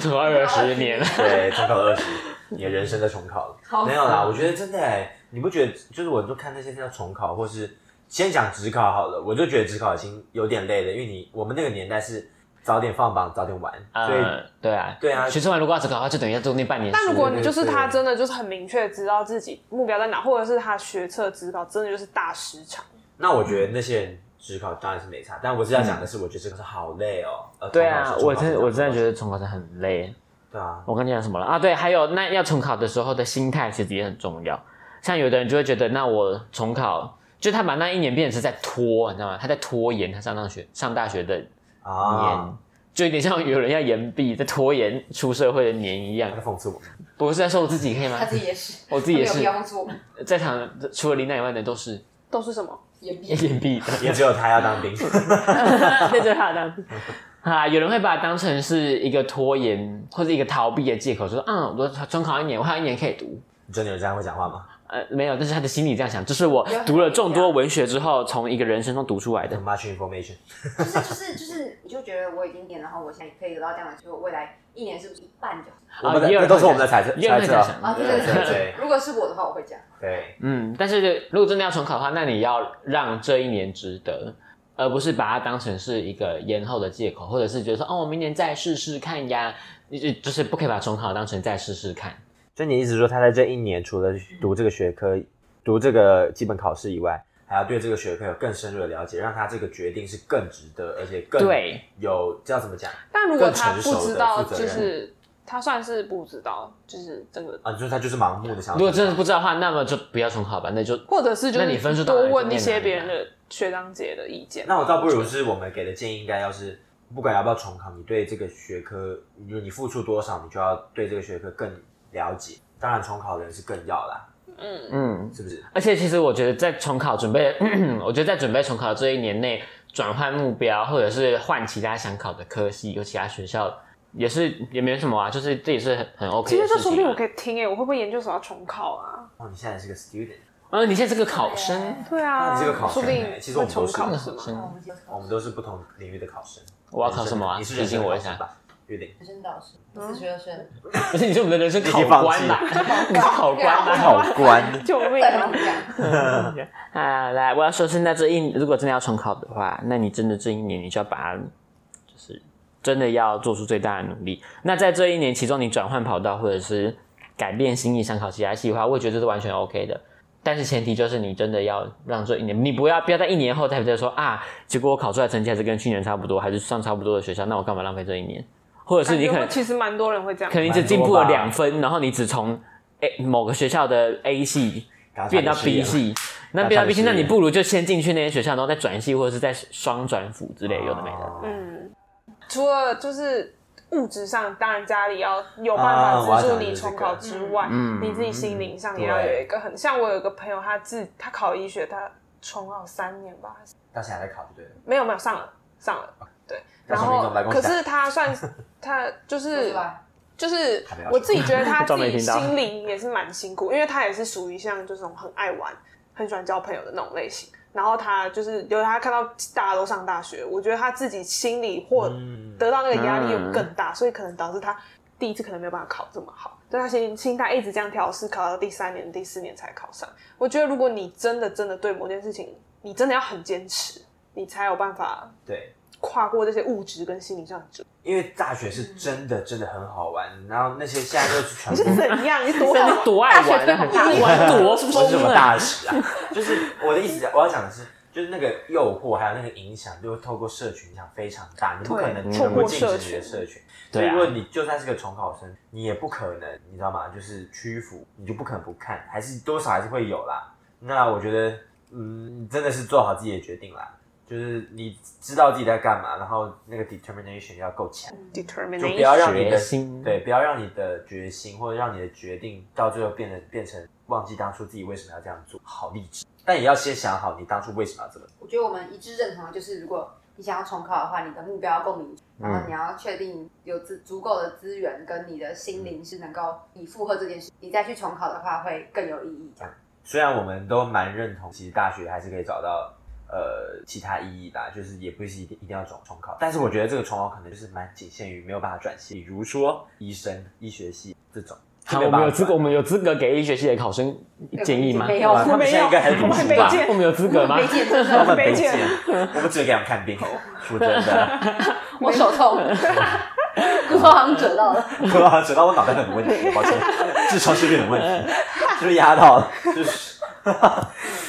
Speaker 4: 从二十 年了。
Speaker 2: 对，重考了二十，你的人生在重考了，没有啦，我觉得真的欸，你不觉得？就是我就看那些要重考，或是先讲职考好了，我就觉得职考已经有点累了，因为你我们那个年代是早点放榜，早点玩，所以
Speaker 4: 呃，对啊，
Speaker 2: 对啊
Speaker 4: 学生完如果要只考的话，就等于要多念半年书。
Speaker 3: 但如果
Speaker 2: 对
Speaker 3: 你
Speaker 2: 对
Speaker 3: 就是他
Speaker 2: 对
Speaker 3: 真的就是很明确知道自己目标在哪，或者是他学测指考真的就是大时长，
Speaker 2: 那我觉得那些人职考当然是没差，但我是要讲的是，我觉得这个是好累哦。呃
Speaker 4: 嗯对啊，我真的我真的觉
Speaker 2: 得，
Speaker 4: 得重考真的很累。
Speaker 2: 对啊，
Speaker 4: 我跟你讲什么了啊？对，还有那要重考的时候的心态其实也很重要。像有的人就会觉得，那我重考，就他把那一年变成是在拖，你知道吗？他在拖延他上大学上大学的年，
Speaker 2: 啊，
Speaker 4: 就有点像有人要延毕，在拖延出社会的年一样
Speaker 2: 他。在讽刺我们。
Speaker 4: 我是在说我自己可以吗
Speaker 5: 他？自己也是，
Speaker 4: 我自己也
Speaker 5: 他
Speaker 4: 是
Speaker 5: 没有必要做我们
Speaker 4: 在场除了林奈以外的都是
Speaker 3: 都是什么？
Speaker 5: 也 必
Speaker 4: 延毕的。
Speaker 2: 也只有他要当兵，
Speaker 4: 对对，好的。啊，有人会把它当成是一个拖延或者一个逃避的借口，说啊，我重考一年，我还有一年可以读。
Speaker 2: 你真的有这样会讲话吗？
Speaker 4: 呃，没有，但是他的心里这样想，这是我读了众多文学之后，从一个人身中读出来的
Speaker 2: 很。much information，
Speaker 5: 就是就是就是，你就觉得我已经点，然后我现在可以得到这样的，就未来一年是不是一半就好？
Speaker 2: 我们的
Speaker 4: 啊也有
Speaker 2: 那
Speaker 4: 人
Speaker 2: 都是
Speaker 4: 会
Speaker 2: 我们的猜测
Speaker 4: 也有
Speaker 2: 猜
Speaker 4: 人会
Speaker 2: 测
Speaker 4: 这
Speaker 2: 啊
Speaker 4: 样想。
Speaker 5: 啊，对对对
Speaker 2: 对
Speaker 5: 对。如果是我的话，我会这样。
Speaker 2: 对，
Speaker 4: 嗯，但是如果真的要重考的话，那你要让这一年值得，而不是把它当成是一个延后的借口，或者是觉得说哦，我明年再试试看呀，你就就是不可以把重考当成再试试看。
Speaker 2: 就你一直说他在这一年除了
Speaker 4: 嗯
Speaker 2: 读这个学科、读这个基本考试以外，还要对这个学科有更深入的了解，让他这个决定是更值得，而且更
Speaker 4: 对
Speaker 2: 有这要怎么讲
Speaker 3: 但如果
Speaker 2: 更
Speaker 3: 他
Speaker 2: 成
Speaker 3: 不
Speaker 2: 熟
Speaker 3: 知
Speaker 2: 的
Speaker 3: 道，
Speaker 2: 负责
Speaker 3: 就
Speaker 2: 任
Speaker 3: 是他算是不知道，就是这个，
Speaker 2: 啊？就是他就是盲目的想要。
Speaker 4: 如果真的不知道的话，那么就不要重考吧，那就
Speaker 3: 或者是就
Speaker 4: 那你分数
Speaker 3: 是
Speaker 4: 到哪
Speaker 3: 多
Speaker 4: 里
Speaker 3: 问一
Speaker 4: 就念哪
Speaker 3: 些
Speaker 4: 里
Speaker 3: 别
Speaker 4: 啊
Speaker 3: 人的学长姐的意见。
Speaker 2: 那我倒不如是我们给的建议，应该要是不管要不要重考，你对这个学科，你你付出多少，你就要对这个学科更了解。当然，重考的人是更要啦，
Speaker 3: 嗯，
Speaker 4: 嗯，
Speaker 2: 是不是？
Speaker 4: 而且其实我觉得在重考准备， 我觉得在准备重考的这一年内，转换目标或者是换其他想考的科系，有其他学校也是也没什么啊，就是这也是很很 OK
Speaker 3: 其
Speaker 4: 的
Speaker 3: 实
Speaker 4: 事情啊、
Speaker 3: 这说不定我可以听哎、我会不会研究所要重考啊？
Speaker 2: 哦，你现在是个 student，
Speaker 4: 嗯，你现在是个考生，
Speaker 3: 对啊，
Speaker 2: 那你这个考
Speaker 3: 说不
Speaker 2: 生
Speaker 3: 定
Speaker 2: 欸其实我
Speaker 3: 会
Speaker 2: 们都
Speaker 3: 重
Speaker 2: 是
Speaker 3: 考
Speaker 4: 考
Speaker 3: 是吗？
Speaker 4: 生，
Speaker 5: 嗯
Speaker 2: 哦我们都是不同领域的考生。
Speaker 4: 我要考什么啊？
Speaker 2: 你是
Speaker 4: 提
Speaker 2: 人
Speaker 4: 醒
Speaker 2: 生
Speaker 4: 我
Speaker 2: 考
Speaker 4: 一
Speaker 2: 生
Speaker 4: 下。
Speaker 2: 吧？玉 林，
Speaker 5: 人生导嗯师，我是学生，
Speaker 4: 不是你是我们的人生考官啦，你是考官啊啦。
Speaker 3: 啊
Speaker 2: 好 官。
Speaker 3: 救命
Speaker 5: 对，然
Speaker 3: 啊
Speaker 5: 后！这样，
Speaker 4: 啊，来，我要说是那这一，如果真的要重考的话，那你真的这一年你就要把它，就是真的要做出最大的努力。那在这一年其中，你转换跑道或者是改变心意，想考其他系的话，我也觉得这是完全 OK 的。但是前提就是你真的要让这一年，你不要不要在一年后才在说啊，结果我考出来成绩还是跟去年差不多，还是上差不多的学校，那我干嘛浪费这一年？或者是你可
Speaker 3: 感觉
Speaker 4: 能
Speaker 3: 会其实蛮多人会这样
Speaker 4: 可，能你只进步了两分，然后你只从 A 某个学校的 A 系变到 B 系，那变到 B 系，那你不如就先进去那些学校，然后再转系或者是再双转辅之类，有的没的。
Speaker 2: 哦
Speaker 3: 嗯，除了就是物质上，当然家里要有办法资助你重考之外，
Speaker 4: 嗯
Speaker 3: 你自己心灵上也要有一个很像我有一个朋友，他自他考医学，他重考三年吧，
Speaker 2: 到现在还在考就对了。
Speaker 3: 没有没有上了上了，对，
Speaker 2: 那
Speaker 3: 然
Speaker 2: 说明
Speaker 3: 后
Speaker 2: 怎么来跟我
Speaker 3: 可
Speaker 2: 讲
Speaker 3: 是他算他 就是
Speaker 5: 对吧？
Speaker 3: 就是
Speaker 2: 还没有嗯
Speaker 3: 我自己觉得他自
Speaker 4: 装没
Speaker 3: 己
Speaker 4: 听到
Speaker 3: 心灵也是蛮辛苦，因为他也是属于像就是那种很爱玩、很喜欢交朋友的那种类型。然后他就是，有他看到大家都上大学，我觉得他自己心里或
Speaker 4: 嗯
Speaker 3: 得到那个压力又更大，所以可能导致他第一次可能没有办法考这么好，但他心心态一直这样调试，考到第三年、第四年才考上。我觉得如果你真的真的对某件事情，你真的要很坚持，你才有办法
Speaker 2: 对，
Speaker 3: 跨过这些物质跟心理上的折。
Speaker 2: 因为大学是真的真的很好玩，然后那些现在都是全
Speaker 3: 你是
Speaker 2: 部。
Speaker 3: 怎样？你是多
Speaker 4: 真
Speaker 3: 好
Speaker 4: 的
Speaker 3: 玩
Speaker 4: 多爱玩啊，玩多
Speaker 2: 我是什
Speaker 4: 疯
Speaker 2: 么
Speaker 4: 啊！
Speaker 2: 大使啊？就是我的意思，我要讲的是，就是那个诱惑还有那个影响，就会透过社群影响非常大，你不可能
Speaker 3: 对
Speaker 2: 全部禁
Speaker 3: 透过社
Speaker 2: 止你
Speaker 3: 群
Speaker 2: 的社群。所以
Speaker 4: 对啊
Speaker 2: 如果你就算是个重考生，你也不可能，你知道吗？就是屈服，你就不可能不看，还是多少还是会有啦。那我觉得，嗯，你真的是做好自己的决定啦。就是你知道自己在干嘛，然后那个 determination 要够强，就不
Speaker 3: determination
Speaker 2: 要让你的
Speaker 4: 决心
Speaker 2: 对，不要让你的决心或者让你的决定到最后变得变成忘记当初自己为什么要这样做，好励志。但也要先想好你当初为什么要这么做。
Speaker 5: 我觉得我们一致认同，啊就是如果你想要重考的话，你的目标要够明确，然后你要确定有足足够的资源跟你的心灵是能够你负荷这件事，你再去重考的话会更有意义。这样，
Speaker 2: 虽然我们都蛮认同，其实大学还是可以找到呃其他意义的啊、就是也不是一定一定要重重考。但是我觉得这个重考可能就是蛮仅限于没有办法转系，比如说医生、医学系这种。
Speaker 4: 好，
Speaker 2: 就没
Speaker 4: 我们有
Speaker 2: 办法
Speaker 4: 资格，我们有资格给医学系的考生建议吗？
Speaker 5: 没
Speaker 2: 转
Speaker 5: 有，
Speaker 2: 他们现在应该还是
Speaker 3: 我
Speaker 2: 不
Speaker 3: 们
Speaker 2: 行
Speaker 3: 没
Speaker 2: 吧
Speaker 4: 吧
Speaker 3: 见？
Speaker 4: 我们有资格吗？
Speaker 5: 没见真
Speaker 2: 我
Speaker 5: 的，
Speaker 2: 们没
Speaker 3: 卑
Speaker 2: 见
Speaker 3: 贱，
Speaker 2: 我们只会给他们看病。说真的，
Speaker 5: 我手痛，骨头好像折到 了。
Speaker 2: 我好像知道我脑袋很有问题，抱歉，智商是有点问题， 就是压到了， 就是，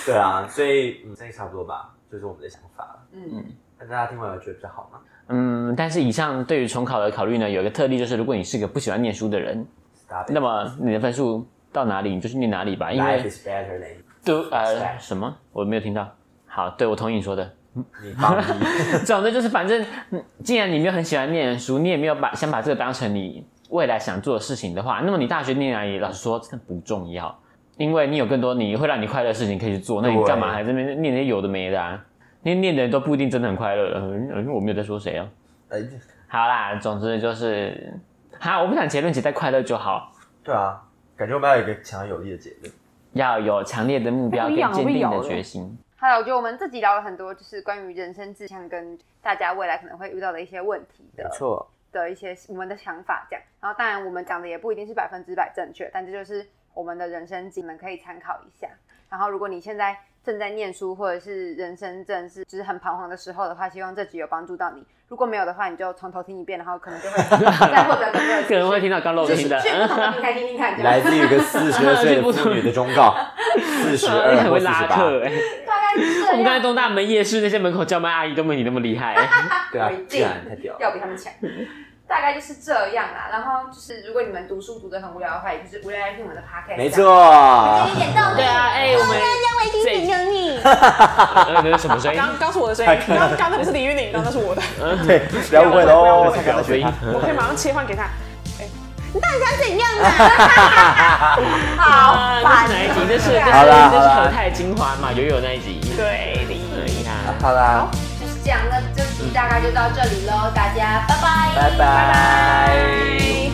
Speaker 2: 对啊，所以嗯，这个差不多吧，就是我们的想法了。
Speaker 5: 嗯，
Speaker 2: 那大家听完有觉得比较好吗？
Speaker 4: 嗯，但是以上对于重考的考虑呢，有一个特例，就是如果你是个不喜欢念书的人，
Speaker 2: 大家
Speaker 4: 那么你的分数到哪里，你就去念哪里吧，因为
Speaker 2: Life is better than
Speaker 4: 都呃
Speaker 2: Right.
Speaker 4: 什么？我没有听到。好，对我同意你说的。
Speaker 2: 你帮 你，
Speaker 4: 总之就是，反正嗯既然你没有很喜欢念书，你也没有把想把这个当成你未来想做的事情的话，那么你大学念哪里，老实说真的不重要，因为你有更多你会让你快乐的事情可以去做，那你
Speaker 2: 对
Speaker 4: 干嘛还在那边念那些有的没的啊？念念的人都不一定真的很快乐了。嗯嗯我没有在说谁啊。
Speaker 2: 呃，
Speaker 4: 好啦，总之就是，嗯好，我不想结论，只在快乐就好，
Speaker 2: 对啊，感觉我们要有一个强而有力的结论。
Speaker 4: 要有强烈的目标
Speaker 3: 哎
Speaker 4: 跟
Speaker 3: 我痒
Speaker 4: 坚
Speaker 3: 我
Speaker 4: 定的
Speaker 3: 痒了
Speaker 4: 决心。
Speaker 5: 好了，我觉得我们这集聊了很多，就是关于人生志向跟大家未来可能会遇到的一些问题的
Speaker 4: 错。
Speaker 5: 的一些我们的想法这样。然后当然我们讲的也不一定是百分之百正确，但这就是我们的人生经，你们可以参考一下。然后如果你现在正在念书或者是人生正是就是很彷徨的时候的话，希望这集有帮助到你。如果没有的话，你就从头听一遍，然后可能就会再获得更多的 资
Speaker 4: 可能会
Speaker 5: 讯
Speaker 4: 听到刚漏
Speaker 5: 就
Speaker 4: 听
Speaker 5: 是
Speaker 4: 的。
Speaker 5: 去不同的平台听听看，这样
Speaker 2: 来自一个四十二岁的妇女的忠告，四十
Speaker 4: 啊你
Speaker 2: 二
Speaker 4: 很
Speaker 2: 或
Speaker 4: 会
Speaker 2: 四
Speaker 4: 拉
Speaker 2: 十八，
Speaker 4: 客哎、
Speaker 5: 大概是
Speaker 4: 我
Speaker 5: 这
Speaker 4: 们刚才
Speaker 5: 样。
Speaker 4: 东大门夜市那些门口叫卖阿姨都没你那么厉 害、
Speaker 2: 对啊
Speaker 5: 不一，定
Speaker 2: 竟然太屌了。
Speaker 5: 要比他们强。大概就是这样啦，然后就是如果你们读书读得很无聊的话，也就是无聊来听我们的 podcast。
Speaker 2: 没错，，
Speaker 5: 给你点动力。
Speaker 4: 对啊，哎、我们这一
Speaker 3: 有你。
Speaker 4: 呃那是什么声音？
Speaker 3: 刚刚是我的声音，刚刚刚那个是李玉宁，刚刚那是 我的，
Speaker 2: 对，不要误会哦喽，我才刚才 学他。
Speaker 3: 我可以马上切换给他。
Speaker 5: 好
Speaker 4: 啊，
Speaker 5: 烦
Speaker 4: 这是哪一集？这是这是
Speaker 2: 好啦
Speaker 4: 这
Speaker 2: 好
Speaker 4: 是
Speaker 2: 啦
Speaker 4: 和泰精华嘛，友友那一集。
Speaker 3: 对，李
Speaker 4: 哎呀，
Speaker 2: 好啦，
Speaker 5: 就是这样，那这集大概就到这里喽，大家拜拜。
Speaker 2: 拜拜。
Speaker 3: 玉宁。